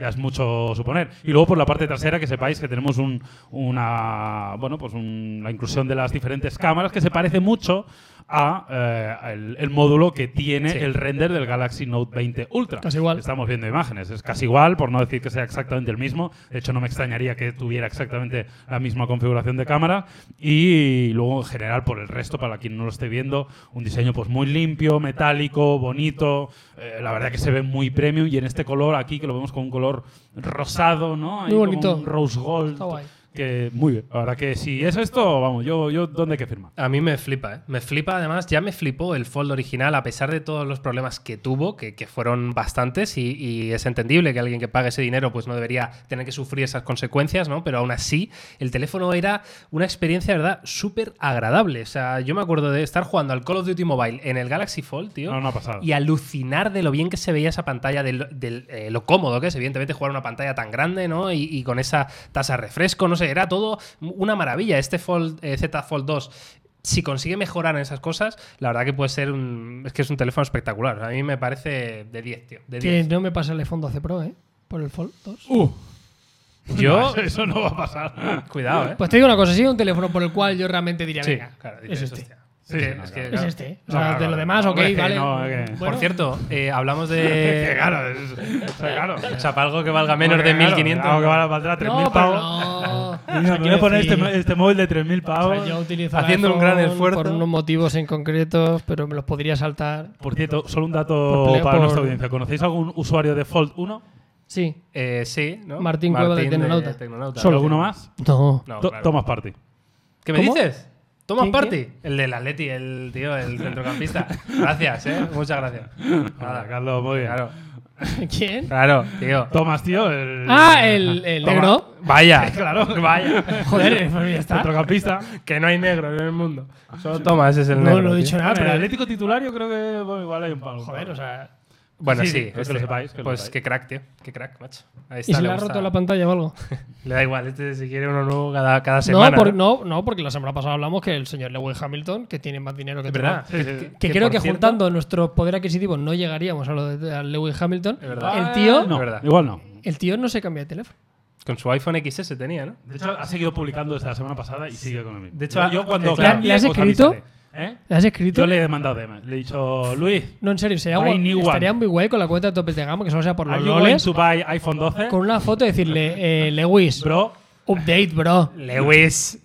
Ya es mucho suponer. Y luego por la parte trasera que sepáis que tenemos un, una bueno pues un- la inclusión de las diferentes cámaras que se parece mucho a eh, el, el módulo que tiene
Sí.
el render del Galaxy Note 20 Ultra.
Casi igual.
Estamos viendo imágenes. Es casi igual, por no decir que sea exactamente el mismo. De hecho, no me extrañaría que tuviera exactamente la misma configuración de cámara. Y luego, en general, por el resto, para quien no lo esté viendo, un diseño pues muy limpio, metálico, bonito. Eh, la verdad que se ve muy premium. Y en este color aquí, que lo vemos con un color rosado, ¿no? Ahí
Muy
como
bonito.
un rose gold.
Está guay.
Que muy bien. La verdad que si es esto, vamos, yo, yo ¿dónde hay que firmar?
A mí me flipa, ¿eh? Me flipa, además, ya me flipó el Fold original, a pesar de todos los problemas que tuvo, que, que fueron bastantes, y, y es entendible que alguien que pague ese dinero pues no debería tener que sufrir esas consecuencias, ¿no? Pero aún así, el teléfono era una experiencia, de ¿verdad?, súper agradable. O sea, yo me acuerdo de estar jugando al Call of Duty Mobile en el Galaxy Fold, tío.
No, no ha pasado.
Y alucinar de lo bien que se veía esa pantalla, de lo, del, eh, lo cómodo que es, evidentemente, jugar una pantalla tan grande, ¿no? Y, y con esa tasa de refresco, no sé, era todo una maravilla. Este Fold, eh, Z Fold 2, si consigue mejorar en esas cosas, la verdad que puede ser un. Es que es un teléfono espectacular. A mí me parece de 10, tío. De
Que
10.
no me pasa el de fondo C Pro, ¿eh? Por el Fold 2.
Uh,
Yo.
eso no va a pasar.
Cuidado, ¿eh?
Pues te digo una cosa, si hay un teléfono por el cual yo realmente diría,
sí,
venga,
claro, dices,
es este.
hostia.
Sí,
Es que-
no,
es que,
claro.
claro.
Es este. O
No,
sea,
claro,
de lo
claro.
demás, ok,
Hombre, es que
vale.
no, es que-
Bueno,
Por cierto, eh, hablamos
Que
de.
claro, es- es claro.
Chapalgo que valga menos de
Porque, claro,
1500.
claro, que vale, valdrá 3.000
no, pero
pavos.
no.
Mira, me voy a poner este,
quiero decir-
este móvil de 3.000
O
pavos.
sea, yo utilizo el
este Haciendo un gran
iPhone
esfuerzo.
Por unos motivos en concretos, pero me los podría saltar.
Por cierto, solo un
Por
dato
pelea,
para
por-
nuestra audiencia. ¿Conocéis algún usuario de Fold 1?
Sí.
Eh, sí, ¿no?
Martín Cueva de Tecnonauta.
¿Solo alguno más?
No.
No,
To-
claro.
Thomas Party.
¿Qué me
¿Cómo?
dices? Thomas
¿Quién,
Party, el del Atleti, el tío, el centrocampista. Gracias, eh. Muchas gracias.
Hola,
Nada,
Carlos, muy bien.
claro.
¿Quién?
Claro, tío.
Thomas, tío. El...
Ah, el, el
Toma.
negro.
Vaya. Claro, vaya.
Joder, pues ya está.
Centrocampista.
Que no hay negro en el mundo. Solo Thomas es el
No,
negro.
no he
tío.
dicho nada,
Ah, pero el
pero
Atlético titular, yo creo que bueno, igual hay un palo.
Joder, o sea.
Bueno,
Sí,
sí,
sí, que lo sepáis, que lo
pues
sepáis.
qué crack, tío. Qué crack, macho. Ahí
¿Y
está,
se le ha
gusta.
roto la pantalla o algo?
Le da igual, este si quiere uno nuevo cada, cada semana.
No, por- no, no, porque la semana pasada hablamos que el señor Lewis Hamilton, que tiene más dinero que
Es
tú,
verdad.
Sí, sí, sí.
Que, creo
por
que
cierto-
juntando nuestro poder adquisitivo no llegaríamos a lo de a Lewis Hamilton.
Es verdad. Ah,
El tío,
No,
Es verdad.
igual no.
el tío no se cambia de teléfono.
Con su iPhone XS tenía, ¿no?
De hecho, ha seguido publicando desde la semana pasada y sigue con el mismo.
De hecho,
yo cuando.
eh, claro.
¿Le has
os
escrito?
avisaré, ¿Eh?
¿Le has escrito?
Yo le he demandado DM. Le he dicho, Luis,
No, en serio, sería
Buy
guay-
new one.
estaría muy guay con la cuenta de topes de gama, que solo sea por
¿are
los
you going
loles,
to buy iPhone 12?
con una foto y decirle, eh, Lewis,
Bro,
update, bro.
Lewis.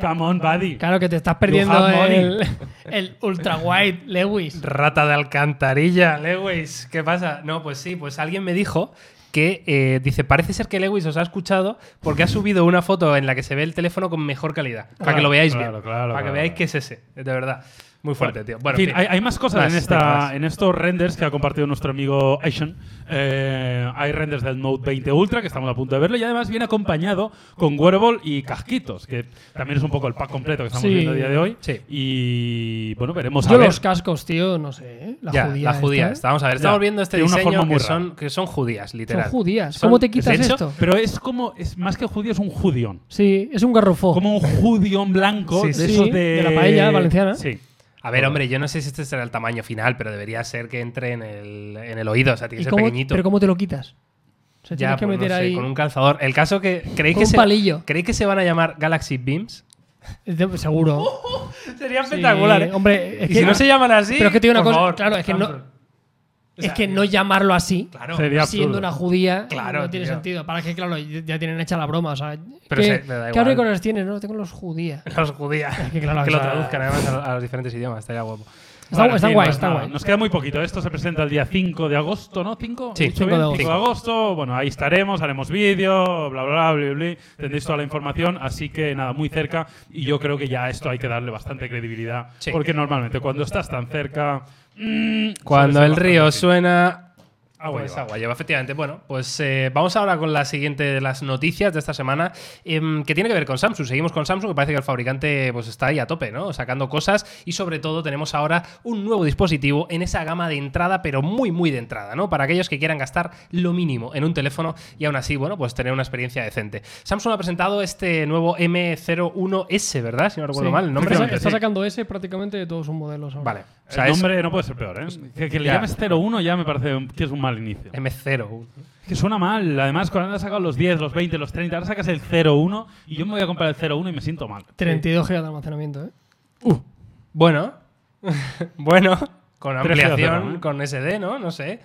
come on, buddy.
Claro que te estás perdiendo
have money.
el, el ultra wide Lewis.
Rata de alcantarilla, Lewis. ¿Qué pasa? No, pues sí, pues alguien me dijo que eh, dice, parece ser que Lewis os ha escuchado porque ha subido una foto en la que se ve el teléfono con mejor calidad. para que lo veáis
claro,
bien.
claro,
para que
claro.
veáis que es ese, de verdad. Muy fuerte, tío. Bueno,
En fin,
en fin.
hay, hay más cosas
Más,
en,
más.
esta, en estos renders que ha compartido nuestro amigo Asian. Eh, hay renders del Note 20 Ultra que estamos a punto de verlo y además viene acompañado con wearable y casquitos, que también es un poco el pack completo que estamos
Sí.
viendo a día de hoy.
Sí.
Y bueno, veremos a
Yo
ver.
los cascos, tío, no sé, ¿eh? la
Ya,
judía.
la judía.
esta, ¿eh?
Estamos a ver, estamos
Ya,
viendo este
de una forma
diseño
muy
que
rara.
son, que son judías, literal.
Son judías. ¿Cómo te quitas
de hecho,
esto?
Pero es como, es más que judío, es un judión.
Sí, es un garrofó.
Como un judión blanco
Sí,
de
sí.
esos
Oh. Sí,
de...
de la paella valenciana.
Sí.
A ver, hombre, yo no sé si este será el tamaño final, pero debería ser que entre en el, en el oído. O sea, tiene
¿Y
que ser
cómo-
pequeñito.
¿Pero cómo te lo quitas? O
Ya,
sea, tienes que
pues, no
meter
sé,
ahí.
con un calzador. El caso que. ¿Creéis
Con
que
un
se-
palillo.
¿Creéis que se van a llamar Galaxy Beams?
De- Seguro.
Sería
Sí,
espectacular, ¿eh?
Hombre, es
y
que,
si no se llaman así.
pero es que te digo una
por
cosa.
favor,
claro, es que, no,
Samsung.
es que no llamarlo así,
Claro.
Sería
siendo
absurdo.
una judía,
Claro,
no tiene
tío.
sentido. Para que, claro, ya tienen hecha la broma. O sea,
Pero
¿qué,
se- me da
qué
igual.
auriculares tienes? No, tengo los judías.
Los judías.
que claro,
lo
o sea-
traduzcan además a, a los diferentes idiomas. Estaría guapo.
Está,
Bueno,
está
en fin,
guay,
pues
está
nada,
guay.
Nos queda muy poquito. Esto se presenta el día 5 de agosto, ¿no? ¿5?
Sí,
5
5 de
de agosto. Bueno, ahí estaremos, haremos vídeo, bla, bla, bla, bla, bla. Tendréis toda la información, así que nada, muy cerca. Y yo creo que ya a esto hay que darle bastante credibilidad.
Sí.
Porque normalmente cuando estás tan cerca. mm,
Cuando
suele
el
ser
río
bastante
suena. Agua
Pues
lleva. agua lleva, efectivamente. Bueno, pues eh, vamos ahora con la siguiente de las noticias de esta semana, em, que tiene que ver con Samsung. Seguimos con Samsung, que parece que el fabricante pues, está ahí a tope, ¿no? Sacando cosas y sobre todo tenemos ahora un nuevo dispositivo en esa gama de entrada, pero muy, muy de entrada, ¿no? Para aquellos que quieran gastar lo mínimo en un teléfono y aún así, bueno, pues tener una experiencia decente. Samsung ha presentado este nuevo M01S, ¿verdad? Si no recuerdo
Sí.
mal el nombre.
Está,
Efectivamente,
está
sí.
sacando ese prácticamente de todos sus modelos ahora.
Vale. O sea,
El
es
nombre no puede ser peor, ¿eh? Que, que le
Ya. Em-
llames 01 ya me parece que es un mal inicio.
M01.
Que suena mal. Además, cuando han sacado los 10, los 20, los 30, ahora sacas el 01 y yo me voy a comprar el 01 y me siento mal.
32 GB de almacenamiento, ¿eh?
Uh.
Bueno, bueno, con
Tres gigas de
ampliación,
RAM, ¿eh?
con SD, ¿no? No sé.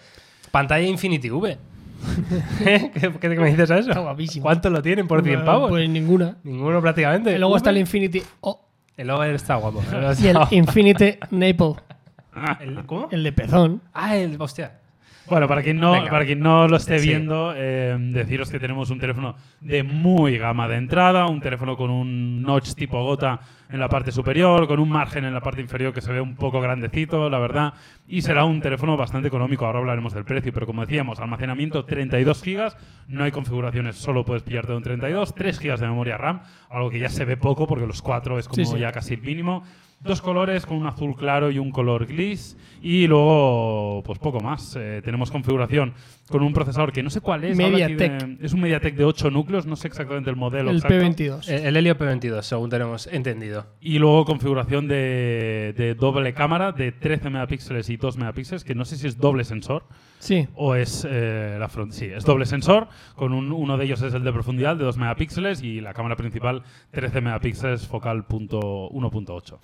Pantalla Infinity V. ¿Eh? ¿Qué, qué, qué me dices a eso?
Está guapísimo.
¿Cuánto lo tienen por 100
No,
pavos?
Pues ninguna.
Ninguno prácticamente.
Y luego está el
el...
Infinity O
El over está guapo. el over
y el
está guapo.
Infinity Naple,
El- ¿Cómo?
el de pezón.
Ah, el... Hostia.
Bueno, para quien no,
Venga.
para quien no lo esté
Sí.
viendo, eh, deciros que tenemos un teléfono de muy gama de entrada, un teléfono con un notch tipo gota en la parte superior, con un margen en la parte inferior que se ve un poco grandecito, la verdad, y será un teléfono bastante económico, ahora hablaremos del precio, pero como decíamos, almacenamiento 32 gigas, no hay configuraciones, solo puedes pillarte un 32, 3 gigas de memoria RAM, algo que ya se ve poco porque los 4 es como
Sí, sí.
ya casi el mínimo. Dos colores, con un azul claro y un color gris. Y luego, pues poco más. Eh, tenemos configuración con un procesador que no sé cuál es. habla aquí de-
MediaTek.
es un MediaTek de 8 núcleos, no sé exactamente el modelo.
El
exacto.
P22.
El, el Helio P22, según tenemos entendido.
Y luego configuración de, de doble cámara de 13 megapíxeles y 2 megapíxeles, que no sé si es doble sensor
Sí.
o es eh, la front. Sí, es doble sensor, con un- uno de ellos es el de profundidad de 2 megapíxeles y la cámara principal 13 megapíxeles focal punto 1.8.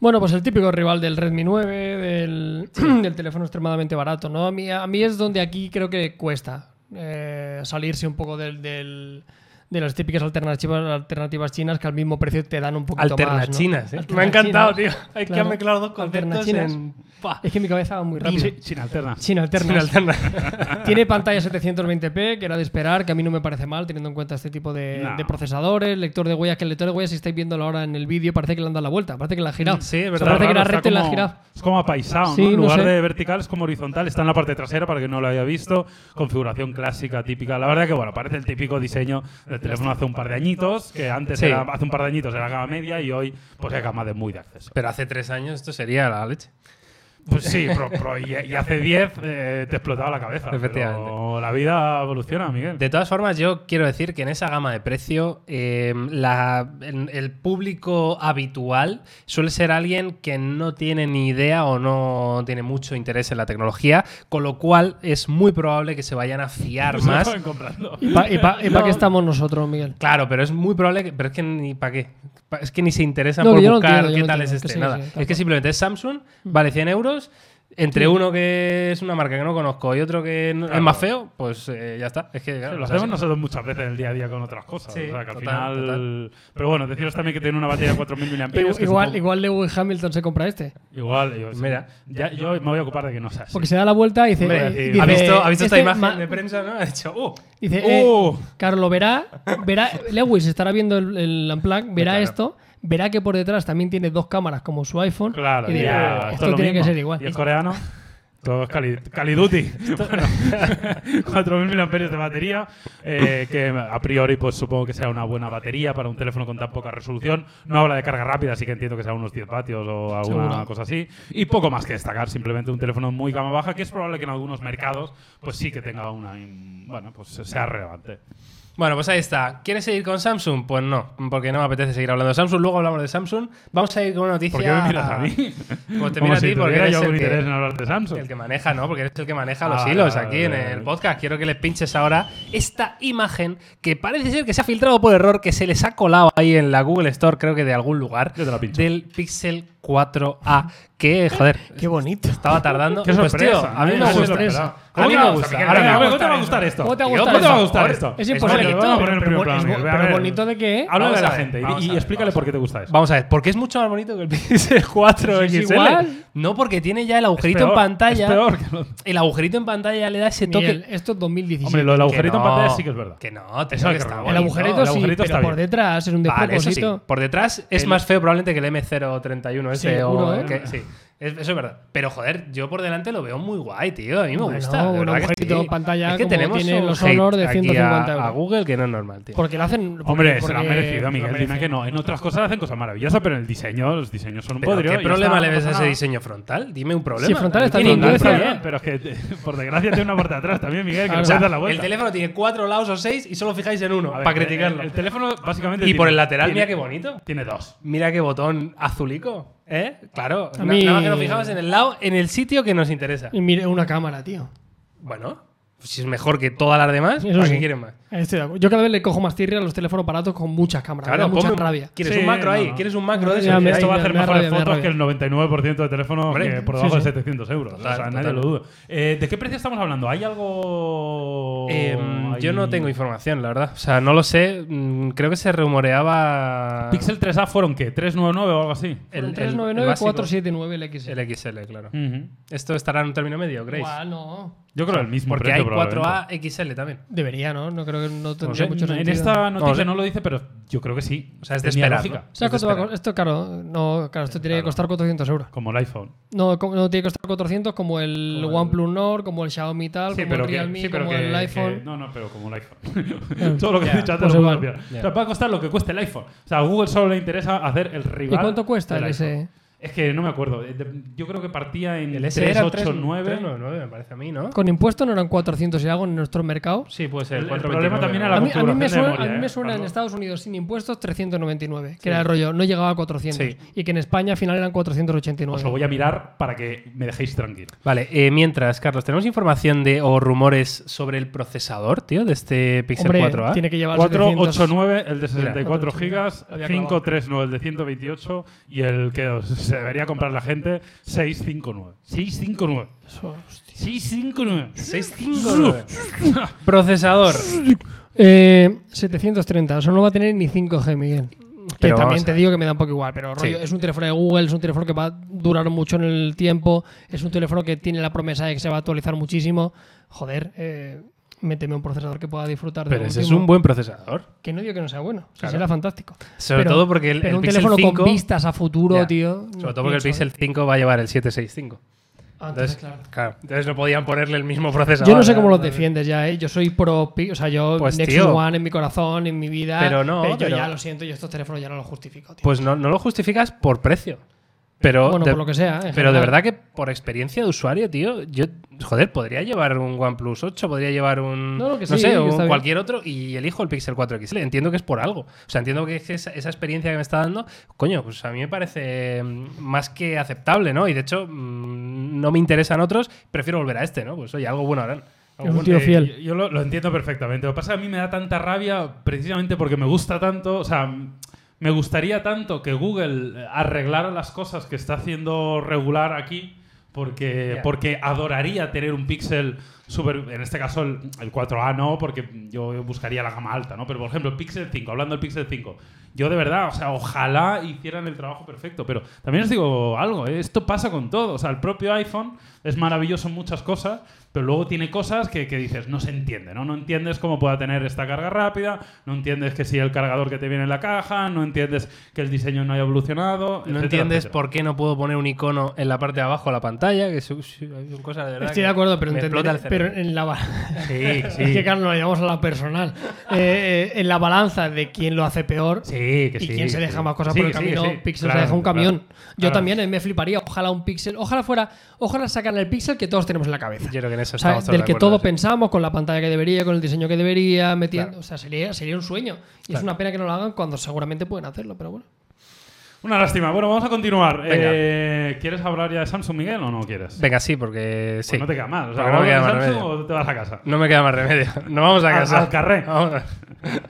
Bueno, pues el típico rival del Redmi 9, del, del teléfono extremadamente barato, ¿no? A mí, a mí es donde aquí creo que cuesta eh, salirse un poco del, del- de las típicas alternativas, alternativas chinas que al mismo precio te dan un poquito
Alternachinas,
más.
¿eh?
¿no?
Me ha encantado, tío.
Alternachinas,
Es que
claro.
han mezclado dos conceptos
Alternachinas.
en... Pa.
Es que mi cabeza va muy rápido.
Sí, sin alterna.
China
Sin
alternas.
alterna-
Tiene pantalla 720p, que era de esperar, que a mí no me parece mal, teniendo en cuenta este tipo de,
No.
de procesadores, lector de huellas, que el lector de huellas, si estáis viéndolo ahora en el vídeo, parece que le han dado la vuelta, parece que la ha
Mm,
girado.
Sí, es
O sea,
verdad,
parece que era
Está
recta y la ha
como-
girado.
Es como apaisado,
Sí,
¿no? En
no
lugar
sé.
de vertical es como horizontal. Está en la parte trasera para que no lo haya visto. Configuración clásica, típica. La verdad que, bueno, parece el típico diseño del teléfono hace un par de añitos, que antes
Sí.
era- hace un par de añitos era gama media y hoy pues es gama de muy de acceso.
Pero hace tres años esto sería la leche.
Pues sí, pro- pro- y, y hace 10 eh, te explotaba la cabeza.
Efectivamente.
Pero la vida evoluciona, Miguel.
De todas formas, yo quiero decir que en esa gama de precio, eh, la- en- el público habitual suele ser alguien que no tiene ni idea o no tiene mucho interés en la tecnología, con lo cual es muy probable que se vayan a fiar
Se lo
más.
acaban comprando.
¿Y para
No.
qué estamos nosotros, Miguel?
Claro, pero es muy probable que. Pero es que ni para qué. Pa- Es que ni se interesan
No,
por
que yo lo
buscar
entiendo, yo
qué
lo
tal es
entiendo,
este.
que sí, Mm.
nada.
sí, tal
es que
cual.
simplemente es Samsung, vale 100 euros. Entre uno que es una marca que no conozco y otro que no-
Claro.
es más feo, pues eh, ya está. Es que claro,
lo
o sea,
hacemos
sí.
nosotros muchas veces en el día a día con otras cosas.
Sí,
o sea, que al
total,
final. Pero bueno, deciros también que tiene una batería de 4.000
Igu-
miliamperios. que es un
Igual,
poco-
igual Lewis Hamilton se compra este.
Igual, yo,
Mira.
ya, yo me voy a ocupar de que no sea así.
Porque se da la vuelta y dice.
Hombre,
eh,
sí.
dice,
ha visto, ha visto esta
este
imagen
ma-
de prensa, ¿no? Ha dicho, ¡uh!
Dice,
¡Uh!
eh, Carlos, lo verá, verá, Lewis estará viendo el, el Unplugged, verá
Claro.
esto, verá que por detrás también tiene dos cámaras como su iPhone.
Claro,
y dirá,
ya, esto es
esto
lo
tiene que
mismo.
ser igual.
Y el coreano, todo es cali, caliduti. Bueno, 4.000 miliamperios de batería, eh, que a priori pues supongo que sea una buena batería para un teléfono con tan poca resolución. No habla de carga rápida, así que entiendo que sea unos 10 vatios o alguna
Seguro.
cosa así. Y poco más que destacar, simplemente un teléfono muy gama baja, que es probable que en algunos mercados pues sí que tenga una... Bueno, pues sea relevante.
Bueno, pues ahí está. ¿Quieres seguir con Samsung? Pues no, porque no me apetece seguir hablando de Samsung. Luego hablamos de Samsung. Vamos a ir con una noticia.
¿Por qué me miras a mí?
Pues te
Como
miro a
si
ti porque
tuviera
eres
yo algún
el
interés en
que,
hablar de Samsung.
el que maneja, ¿no? Porque eres el que maneja
Ah,
los
vale,
hilos
vale,
aquí
vale,
en
vale.
el podcast. Quiero que les pinches ahora esta imagen que parece ser que se ha filtrado por error, que se les ha colado ahí en la Google Store, creo que de algún lugar,
Yo te la pincho.
del Pixel 4A. Que, joder,
Qué bonito.
estaba tardando.
Qué
Pues,
sorpresa.
tío, a mí
¿eh?
me
Nadie
gusta.
se lo esperaba.
A mí
¿Cómo
me
te
gusta.
va a
Ahora
gustar?
me
¿Cómo
gusta
te va a
esto.
gustar esto?
¿Cómo te va a
Tío,
gustar
¿Cómo te va a
esto?
gustar esto?
Es imposible.
Vale,
Tío,
vamos a poner en
pero
primer
bo-
plano,
es bo-
Miguel, voy a
pero
ver.
bonito de qué, ¿eh?
Háblale
Vamos
a la
a ver,
gente y-
vamos a
y,
ver,
explícale
vamos
por qué te gusta esto.
Vamos a ver, ¿por qué es mucho más bonito que el Pixel 4
Sí,
XL?
es igual.
No, porque tiene ya el
Es
agujerito
peor,
en pantalla.
Es peor que lo-
El agujerito en pantalla le da ese toque.
Miguel, esto es 2017.
Hombre, lo del agujerito en
no,
pantalla sí que es verdad.
Que no, te
Eso
digo
hay
que
que
está
robar.
el
bonito.
agujerito
el
sí,
agujerito
pero
está
por
bien.
detrás es un
Vale, eso sí.
despropósito.
Por detrás es
El-
más feo probablemente que el M031 ese
Seguro,
o
¿eh?
que- sí. Es- eso es verdad. Pero joder, yo por delante lo veo muy guay, tío. A mí me
Bueno,
gusta. de
un
verdad que
objeto
sí.
pantalla
es que
como
tenemos
tiene
un
los
hate
honor de
aquí a-
150 euros.
A Google que no es normal, tío.
Porque lo hacen.
Hombre,
porque-
se lo ha
porque-
merecido, Miguel. Dime que no. En otras cosas hacen cosas maravillosas, pero en el diseño, los diseños son un
Pero
podrio.
¿Qué
y
problema
está,
le
no
ves a
pasa
ese
nada.
diseño frontal? Dime un problema.
Sí, frontal
No
está
tiene
bien,
ningún
Está
está
problema.
bien.
bien, pero es que te- por desgracia tiene una puerta atrás también, Miguel, que
Claro.
no
O
se
sea,
da la vuelta.
el teléfono tiene cuatro lados o seis y solo fijáis en uno
A ver,
para
el-
criticarlo.
El, teléfono básicamente.
y por
tiene-
el lateral,
tiene-
mira qué bonito.
Tiene dos.
Mira qué botón azulico. ¿Eh? Claro.
A
na-
mí-
Nada más que nos fijamos en el lado, en el sitio que nos interesa.
Y mire, una cámara, tío.
Bueno, pues si es mejor que todas las demás,
Eso
¿para
sí.
qué quieren más?
Estoy de acuerdo. Yo cada vez le cojo más tirria a los teléfonos baratos con muchas cámaras. me da mucha
ponme un-
rabia.
¿Quieres
Sí,
un macro
no,
ahí?
no.
¿Quieres un macro de
Ya,
eso?
me-
Esto va a
me
hacer
da
mejores
rabia, me da
fotos
rabia.
que el 99% de teléfonos
Hombre,
que por
sí,
debajo
sí.
de 700 euros.
Total,
o sea, nadie
total.
lo duda. Eh, ¿De qué precio estamos hablando? ¿Hay algo.?
Em, yo
ahí?
no tengo información, la verdad. O sea, no lo sé. Mm, Creo que se rumoreaba.
¿Pixel 3A fueron qué? ¿399 o algo así?
el- el- el
399
básico,
479 el XL.
El XL, claro.
Ujú.
Esto estará en un término medio, Grace.
Mm. Igual, no.
Yo creo el mismo.
Porque
precio,
hay
probablemente.
4A XL también.
Debería, ¿no? No creo que no
No
tendría
sé,
mucho sentido.
Pues en esta noticia
No sé.
no lo dice, pero yo creo que sí.
O sea, es de
Tenía
esperar,
lógica.
¿no?
¿Sabes cuánto va a
Espera.
co- Esto, claro, no, claro, esto tiene que costar 400 euros.
Como el iPhone.
No, co- no tiene que costar 400 como el
Como el-
OnePlus Nord, como el Xiaomi tal, como el Realme, como el iPhone.
no, no, pero como el iPhone. Todo lo que he dicho antes
Pues
lo puedo
igual.
cambiar.
Ya.
O sea, va a costar lo que cueste el iPhone. O sea, a Google solo le interesa hacer el rival.
¿Y cuánto cuesta
del
el
iPhone.
SE?
Es que no me acuerdo. Eh, de- Yo creo que partía en
El S era
389.
389, me parece a mí, ¿no?
Con impuestos no eran 400 y algo en nuestros mercados.
Sí, puede ser.
El- el
429,
problema también
¿no?
era
A
la
mí, a mí me
configuración
suena,
de memoria,
a mí me
¿eh?
suena en
Pablo.
Estados Unidos sin impuestos 399, que era el rollo, no llegaba a 400.
Sí.
Y que en España al final eran 489.
Os lo voy a mirar para que me dejéis tranquilo.
Vale, eh, mientras, Carlos, ¿tenemos información de o rumores sobre el procesador, tío, de este Pixel
Hombre,
¿eh?
4A?
tiene que llevar 700.
489, el de 64
489,
gigas,
lo había
539, el de 128 y el que os- se debería comprar la gente, 659. 659.
Eso, hostia.
659.
659. procesador.
Eh, 730, eso no va a tener ni 5G, Miguel. Que
Pero vamos
también
a
te
ver.
digo que me da un poco igual, pero rollo,
Sí.
es un teléfono de Google, es un teléfono que va a durar mucho en el tiempo, es un teléfono que tiene la promesa de que se va a actualizar muchísimo. Joder, eh, méteme un procesador que pueda disfrutar de
Pero
lo
ese es
último.
un buen procesador.
Que no digo que no sea bueno, o sea,
Claro.
será fantástico.
Sobre
Pero-
todo porque el,
pero
el
un
Pixel
teléfono
5,
con vistas a futuro,
Ya.
tío.
Sobre
no
todo porque el
pienso, ¿eh?
Pixel 5 va a llevar el 765.
ah,
Entonces,
entonces, claro.
claro, entonces no podían ponerle el mismo procesador.
Yo no sé cómo los
¿no?
defiendes ya, ¿eh? Yo soy pro, pi- o sea, yo
Pues,
Nexus
tío.
One en mi corazón, en mi vida.
Pero no,
yo
pero-
ya lo siento, yo estos teléfonos ya no los justifico, tío.
Pues no, no lo justificas por precio. Pero
bueno,
de-
por lo que sea. ¿eh? en
Pero de
general.
verdad que por experiencia de usuario, tío, yo, joder, podría llevar un OnePlus 8, podría llevar un,
No,
no,
no, que sí,
sé,
que
un
está bien.
cualquier otro y elijo el Pixel 4 XL. Entiendo que es por algo. O sea, entiendo que es esa, esa experiencia que me está dando, coño, pues a mí me parece mm, más que aceptable, ¿no? Y de hecho, mm, no me interesan otros, prefiero volver a este, ¿no? Pues oye, algo bueno harán. Algo
Es un
bueno.
tío
Eh,
fiel.
yo- yo lo, lo entiendo perfectamente. Lo que pasa es que a mí me da tanta rabia precisamente porque me gusta tanto, o sea, m- me gustaría tanto que Google arreglara las cosas que está haciendo regular aquí. Porque,
Ya.
porque adoraría tener un Pixel super. En este caso, el, el 4A no, porque yo buscaría la gama alta, ¿no? Pero por ejemplo, el Pixel 5, hablando del Pixel 5, yo de verdad, o sea, ojalá hicieran el trabajo perfecto. Pero también os digo algo, ¿eh? esto pasa con todo. O sea, el propio iPhone es maravilloso en muchas cosas, pero luego tiene cosas que, que dices, no se entiende, ¿no? No entiendes cómo pueda tener esta carga rápida, no entiendes que si el cargador que te viene en la caja, no entiendes que el diseño no haya evolucionado.
No
etcétera,
entiendes
etcétera.
por qué no puedo poner un icono en la parte de abajo de la pantalla, que son son cosas de verdad.
Estoy de
que
acuerdo, pero,
me
entender-
explota el
pero
cerebro.
en la ba-
Sí, sí.
Es que claro, nos lo llevamos a la personal. Eh, eh, en la balanza de quién lo hace peor
Sí, que
y
sí,
quién se
que
deja
sí.
más cosas
Sí,
por el
que sí,
camino.
que sí.
Pixel se
Claro,
deja un
claro.
camión. Yo
Claro.
también eh, me fliparía. Ojalá un Pixel. Ojalá fuera. Ojalá sacaran el Pixel que todos tenemos en la cabeza.
Yo creo que en eso
O sea,
estamos todos
del
de
que
acuerdo,
todos
sí.
pensamos, con la pantalla que debería, con el diseño que debería, metiendo.
Claro.
O sea, sería, sería un sueño. Y es
Claro.
una pena que no lo hagan cuando seguramente pueden hacerlo, pero bueno.
Una lástima. Bueno, vamos a continuar.
Venga.
Eh, ¿Quieres hablar ya de Samsung, Miguel, o no quieres?
Venga, sí, porque sí.
Pues no te queda mal. O sea,
Porque no me
¿hablas
queda
de
más
Samsung
remedio.
o te vas a casa?
No me queda más remedio. Nos vamos a
Al-
casa.
al carré.
Vámonos.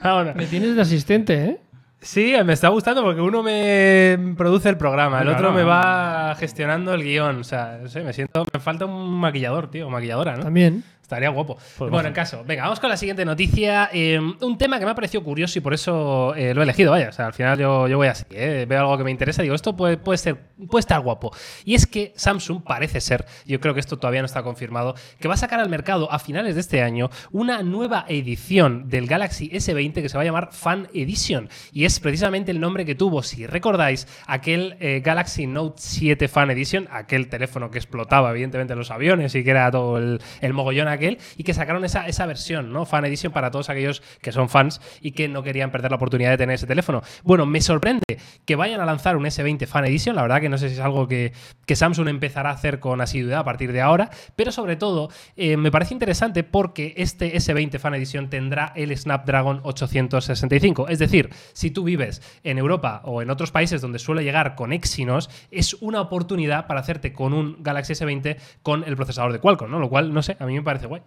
Vámonos.
Me tienes de asistente, ¿eh?
Sí, me está gustando porque uno me produce el programa, el
Claro.
otro me va gestionando el guión. O sea, no sé, me siento. Me falta un maquillador, tío, o maquilladora, ¿no?
También.
Estaría guapo.
Pues
bueno,
vamos.
en caso. Venga, vamos con la siguiente noticia. Eh, un tema que me ha parecido curioso y por eso eh, lo he elegido. Vaya, o sea, al final yo, yo voy así. ¿eh? Veo algo que me interesa y digo, esto puede, puede, ser, puede estar guapo. Y es que Samsung parece ser, yo creo que esto todavía no está confirmado, que va a sacar al mercado a finales de este año una nueva edición del Galaxy S20 que se va a llamar Fan Edition. Y es precisamente el nombre que tuvo, si recordáis, aquel eh, Galaxy Note 7 Fan Edition, aquel teléfono que explotaba, evidentemente, en los aviones y que era todo el, el mogollón aquel, y que sacaron esa, esa versión, ¿no? Fan Edition para todos aquellos que son fans y que no querían perder la oportunidad de tener ese teléfono. Bueno, me sorprende que vayan a lanzar un S20 Fan Edition, la verdad que no sé si es algo que, que Samsung empezará a hacer con asiduidad a partir de ahora, pero sobre todo eh, me parece interesante porque este S20 Fan Edition tendrá el Snapdragon 865. Es decir, si tú vives en Europa o en otros países donde suele llegar con Exynos, es una oportunidad para hacerte con un Galaxy S20 con el procesador de Qualcomm, ¿no? Lo cual, no sé, a mí me parece guay.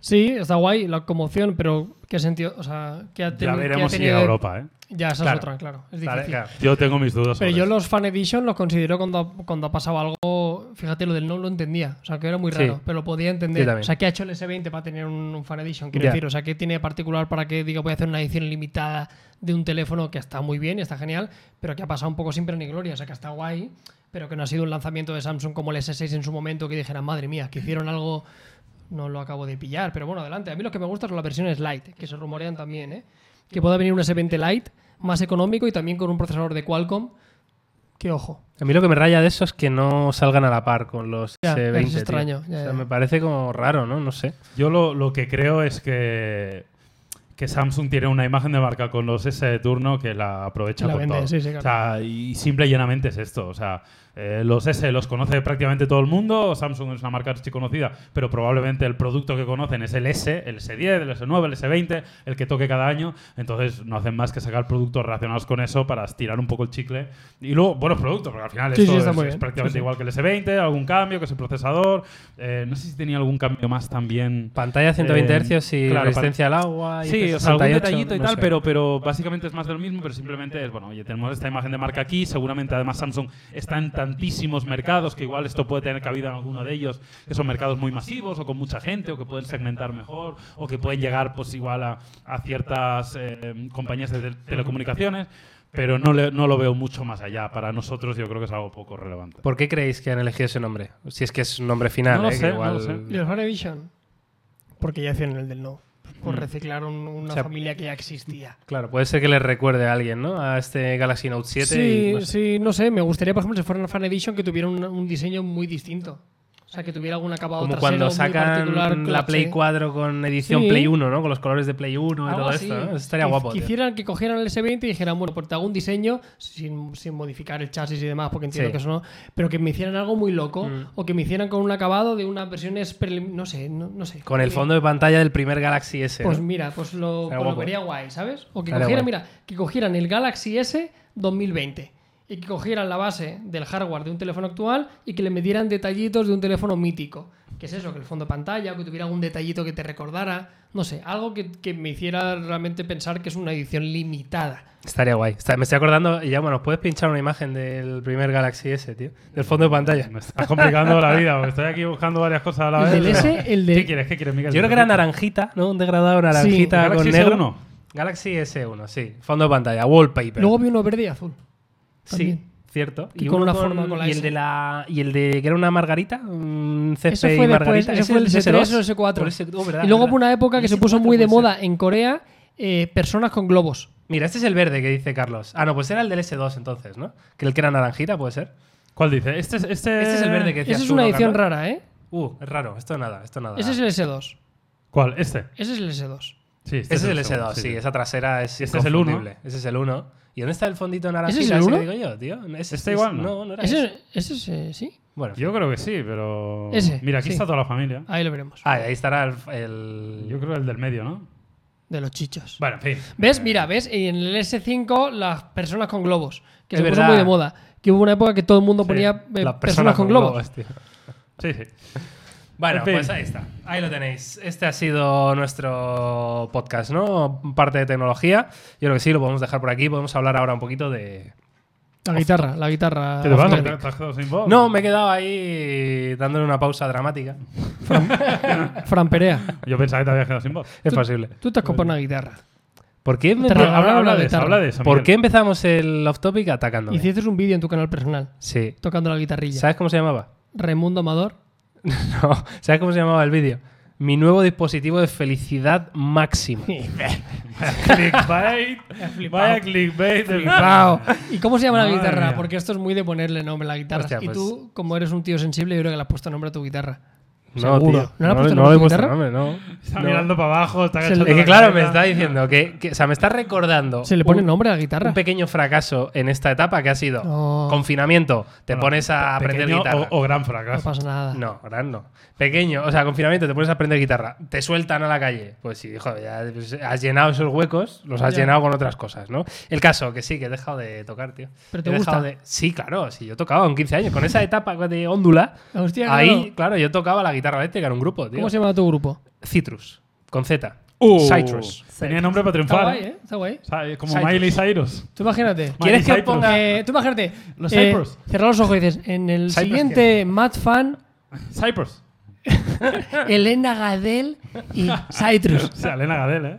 Sí, está guay la conmoción, pero ¿qué sentido? O sea, ¿qué ha, teni-
Ya
qué ha
veremos si
tenido
llega a
de-
Europa, ¿eh?
Ya, esa
Claro.
es otra, claro. Es
Vale,
difícil.
claro.
Yo tengo mis dudas.
Pero
sobre
yo
eso.
los Fan Edition los considero cuando, cuando ha pasado algo, fíjate, lo del no lo entendía, o sea, que era muy
Sí.
raro, pero lo podía entender.
Yo también.
O sea, que ha hecho el S20 para tener un, un Fan Edition, quiero
Ya.
decir, o sea, que tiene particular para que diga voy a hacer una edición limitada de un teléfono que está muy bien y está genial, pero que ha pasado un poco sin pena ni gloria, o sea, que está guay, pero que no ha sido un lanzamiento de Samsung como el S6 en su momento que dijeran, madre mía, que hicieron algo no lo acabo de pillar, pero bueno, adelante. A mí lo que me gusta son las versiones light, que se rumorean también, ¿eh? Que pueda venir un S20 light más económico y también con un procesador de Qualcomm. Que ojo.
A mí lo que me raya de eso es que no salgan a la par con los
Ya,
S20.
es
tío.
extraño, ya,
O sea,
ya.
me parece como raro, ¿no? No sé.
Yo lo, lo que creo es que, que Samsung tiene una imagen de marca con los S de turno que la aprovecha
Que la
con
vende,
todo.
sí, sí, claro.
O sea, y simple y llanamente es esto. O sea, eh, los S los conoce prácticamente todo el mundo. Samsung es una marca archiconocida, pero probablemente el producto que conocen es el S, el S10, el S9, el S20, el que toque cada año. Entonces no hacen más que sacar productos relacionados con eso para estirar un poco el chicle. Y luego, buenos productos, porque al final
Sí,
esto
sí, está
es,
muy
es
bien.
prácticamente
Sí, sí.
igual que el S20, algún cambio, que es el procesador. Eh, no sé si tenía algún cambio más también.
Pantalla 120
Eh,
hercios y
claro,
resistencia al agua. Y
Sí, o sea,
68,
algún detallito y
no
tal,
sé.
pero, pero básicamente es más del mismo, pero simplemente es, bueno, oye, tenemos esta imagen de marca aquí, seguramente además Samsung está en tantísimos mercados que igual esto puede tener cabida en alguno de ellos, que son mercados muy masivos o con mucha gente o que pueden segmentar mejor o que pueden llegar pues igual a, a ciertas eh, compañías de tel- telecomunicaciones, pero no, le- no lo veo mucho más allá. Para nosotros yo creo que es algo poco relevante.
¿Por qué creéis que han elegido ese nombre? Si es que es un nombre final,
No lo
¿eh? Que
sé, no
igual-
lo sé.
¿Y el Fan Edition? Porque ya hacían el del no. Por reciclar un- una
Mm. O sea,
familia que ya existía.
Claro, puede ser que le recuerde a alguien, ¿no? A este Galaxy Note 7.
sí,
y, no sé.
sí, no sé. Me gustaría, por ejemplo, si fuera una Fan Edition que tuviera un, un diseño muy distinto. O sea, que tuviera algún acabado
Como
trasero
cuando
muy particular,
sacan la
claro,
Play
sí.
4 con edición
Sí.
Play 1, ¿no? Con los colores de Play 1 y
Algo
todo
así.
esto, ¿no? Eso Estaría
Que-
guapo.
Que
tío.
hicieran, que cogieran el S20 y dijeran, bueno, pues te hago un diseño sin, sin modificar el chasis y demás, porque entiendo
Sí.
que eso no. Pero que me hicieran algo muy loco
Mm.
o que me hicieran con un acabado de unas versiones. prelim- No sé, no, no sé. Eh,
Con el
Que-
fondo de pantalla del primer Galaxy S. Este, ¿no?
Pues mira, pues lo,
Estaría
pues lo
guapo.
vería guay, ¿sabes? O que
Estaría
cogieran,
guay.
mira, que cogieran el Galaxy S 2020 y que cogieran la base del hardware de un teléfono actual y que le metieran detallitos de un teléfono mítico. ¿Qué es eso? Que el fondo de pantalla, que tuviera algún detallito que te recordara, no sé, algo que, que me hiciera realmente pensar que es una edición limitada.
Estaría guay. Está- me estoy acordando, y ya, bueno, ¿puedes pinchar una imagen del primer Galaxy S, tío? Del fondo de pantalla.
Me estás complicando la vida, porque estoy aquí buscando varias cosas a la
El
vez.
del
pero-
S, el de-
¿Qué quieres? ¿Qué quieres,
Yo
Miguel?
creo que era naranjita, ¿no? Un degradado naranjita
¿Galaxy
con negro.
S1?
Galaxy S1, sí. Fondo de pantalla, wallpaper.
Luego vi uno verde y azul.
sí,
también.
cierto.
Y con
uno
una forma con la
y el
S.
de la y el de que era una margarita, un césped
Eso fue
y
después,
margarita.
eso
¿Ese
fue el
es
S3 o
S2?
el
O
S4.
el S- oh, verdad,
y luego
verdad.
hubo una época que
El
se puso
S4
muy de
puede ser.
moda en Corea eh, personas con globos.
Mira, este es el verde que dice Carlos. Ah, no, pues era el del S2 entonces, ¿no? Que el que era naranjita, puede ser.
¿Cuál dice? Este, es- este...
Este es el verde que decías
Esa es
tú,
una
¿no,
edición
Carlos?
rara, ¿eh?
Uh, es raro, esto nada, esto nada.
Ese es el S2.
¿Cuál? ¿Este?
Ese es el S2.
Sí,
Ese Este es el S2, sí, esa trasera es
Este es el uno.
inconfundible. Ese es el 1. ¿Y dónde está el fondito naranjita?
el
ese que
uno?
digo yo, tío? Ese-
Este
ese-
igual, ¿no?
No, no era ese.
Ese, ese es, eh, sí.
Bueno,
Yo creo que sí, pero...
Ese,
Mira, aquí
sí.
está toda la familia.
Ahí lo veremos.
ah, y ahí estará el... el-
Yo creo que el del medio, ¿no?
De los chichos.
Bueno, en fin.
¿Ves? Mira, ¿ves? Y en el S5 las personas con globos. Que
Es
se
verdad.
puso muy de moda. Que hubo una época que todo el mundo ponía eh,
las
personas, con, globos.
tío.
Sí, sí.
Bueno,
En fin.
pues ahí está. Ahí lo tenéis. Este ha sido nuestro podcast, ¿no? Parte de tecnología. Yo creo que sí, lo podemos dejar por aquí. Podemos hablar ahora un poquito de,
La guitarra, la guitarra.
¿Qué te pasa?
off-topic.
¿Te- te has quedado sin voz?
No, me he quedado ahí dándole una pausa dramática.
Fran Perea.
Yo pensaba que te habías quedado sin voz.
Es posible.
Tú te has comprado una guitarra.
¿Por qué, me-
Te
Habla,
regalaron
habla
una
de eso,
guitarra.
habla de eso.
¿Por
Miguel.
qué empezamos el off topic atacándome?
Hiciste un vídeo en tu canal personal
Sí.
tocando la guitarrilla.
¿Sabes cómo se llamaba?
Raimundo Amador.
No, ¿sabes cómo se llamaba el vídeo? Mi nuevo dispositivo de felicidad máxima.
clickbait. Vaya clickbait. de
Flipao. ¿Y cómo se llama la
Madre
guitarra?
mía.
Porque esto es muy de ponerle nombre a la guitarra.
Hostia,
y
pues-
tú, como eres un tío sensible, yo creo que le has puesto nombre a tu guitarra.
No,
Seguro.
tío.
¿No le
no,
has puesto
le he
nombre a tu
puesto
guitarra?
nombre, no.
Está
No.
mirando para abajo, está
Se-
agachando
Es que
la
claro, me
cabeza.
está diciendo que, que- o sea, me está recordando
¿Se le pone
Oh. un-
nombre a la guitarra?
un pequeño fracaso en esta etapa que ha sido
No.
confinamiento, te
Bueno,
pones a
pe-
aprender
pequeño
guitarra.
O, o gran
No
fracaso.
pasa nada.
No, gran no. Pequeño, o sea, confinamiento, te pones a aprender guitarra, te sueltan a la calle. Pues sí, hijo, ya has llenado esos huecos, los has
Ya.
llenado con otras cosas, ¿no? El caso, que sí, que he dejado de tocar, tío.
¿Pero te
He dejado
gusta?
de- Sí, claro, sí, yo tocaba con 15 años, con esa etapa de óndula.
Hostia,
ahí,
claro.
claro, yo tocaba la guitarra eléctrica en un grupo, tío.
¿Cómo se llama tu grupo?
Citrus, con Z.
Uh,
Citrus.
Tenía nombre para
Está
triunfar.
guay, ¿eh? Está guay.
O sea, Como
Citrus.
Miley Cyrus.
Tú imagínate.
Miley
¿Quieres que
Cyrus.
ponga-
Eh, tú imagínate.
Los
eh,
Cypress.
cerrar los ojos y dices, en el
Cypress,
siguiente Mad Fan,
Cyprus.
Elena Gadel y Citrus.
O sea, Elena Gadel, ¿eh?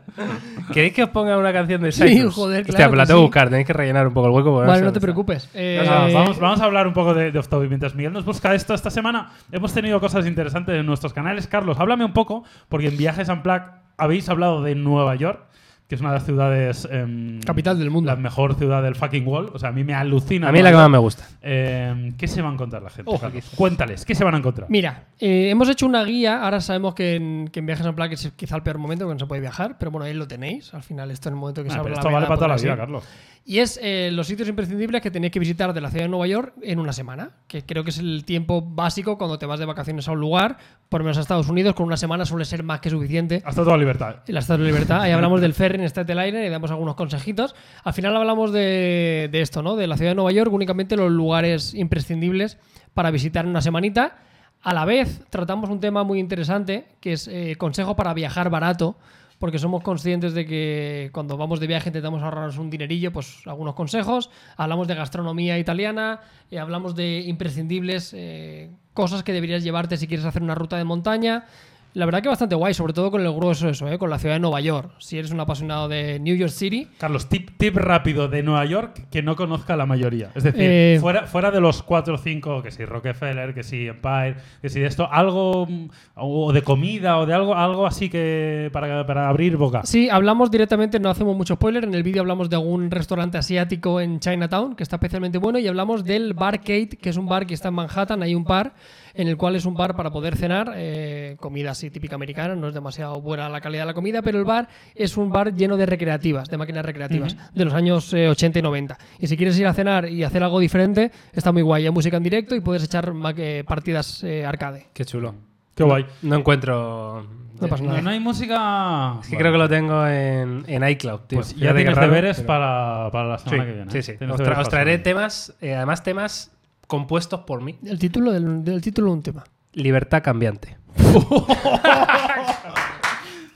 ¿Queréis que os ponga una canción de
Sí,
Citrus?
joder,
Hostia,
claro
pero la
que
tengo que
sí.
buscar, tenéis que rellenar un poco el hueco. porque
Vale,
sé
no
dónde
te
está.
preocupes. Eh,
Nos vamos, vamos, vamos a hablar un poco de, de off topic. Mientras Miguel nos busca esto esta semana, hemos tenido cosas interesantes en nuestros canales. Carlos, háblame un poco, porque en Viajes en Plac habéis hablado de Nueva York, que es una de las ciudades. em,
Capital del mundo.
La mejor ciudad del fucking world. O sea, a mí me alucina.
A mí es la que
Nueva
más me gusta.
York. Em, ¿Qué se va a encontrar la gente?
Ojo,
Carlos?
aquí.
Cuéntales, ¿qué se van a encontrar?
Mira, eh, hemos hecho una guía. Ahora sabemos que en, que en viajes en plan que es quizá el peor momento porque no se puede viajar, pero bueno, ahí lo tenéis. Al final, esto en el momento que se
Ah,
abre
pero
la
esto vale
veda,
para toda la
porque
vida,
sí.
Carlos.
Y es eh, los sitios imprescindibles que tenéis que visitar de la ciudad de Nueva York en una semana, que creo que es el tiempo básico cuando te vas de vacaciones a un lugar, por lo menos a Estados Unidos, con una semana suele ser más que suficiente.
Hasta toda libertad.
En la Estatua de la Libertad. Ahí hablamos del ferry en State del Aire y damos algunos consejitos. Al final hablamos de, de esto, ¿no? De la ciudad de Nueva York, únicamente los lugares imprescindibles para visitar en una semanita. A la vez, tratamos un tema muy interesante, que es eh, consejo para viajar barato, porque somos conscientes de que cuando vamos de viaje intentamos ahorrarnos un dinerillo, pues algunos consejos. Hablamos de gastronomía italiana, eh, hablamos de imprescindibles, eh, cosas que deberías llevarte si quieres hacer una ruta de montaña. La verdad que bastante guay, sobre todo con el grueso eso, ¿eh? con la ciudad de Nueva York. Si eres un apasionado de New York City,
Carlos, tip, tip rápido de Nueva York que no conozca la mayoría. Es decir,
Eh,
fuera, fuera de los cuatro o cinco, que si Rockefeller, que si Empire, que si esto, algo mm, o de comida o de algo, algo así que para, para abrir boca.
Ah. Sí, hablamos directamente, no hacemos mucho spoiler. En el vídeo hablamos de algún restaurante asiático en Chinatown, que está especialmente bueno, y hablamos del Barcade, que es un bar que está en Manhattan. Hay un bar en el cual es un bar para poder cenar, eh, comida así típica americana, no es demasiado buena la calidad de la comida, pero el bar es un bar lleno de recreativas, de máquinas recreativas, de los años eh, 80 y 90. Y si quieres ir a cenar y hacer algo diferente, está muy guay. Hay música en directo y puedes echar ma- eh, partidas eh, arcade.
Qué chulo.
Qué guay.
No encuentro.
No pasa nada.
No, no hay música.
Es que creo que lo tengo en, en iCloud, tío.
Pues
Fíjate
ya
qué
tienes
raro,
deberes
pero-
para, para la semana que viene.
Sí,
¿eh?
sí, sí.
Tienes
Os, tra-
deberes
os
para
traeré
la semana.
temas, eh, además temas compuestos por mí.
El título del, del título de un tema.
Libertad cambiante.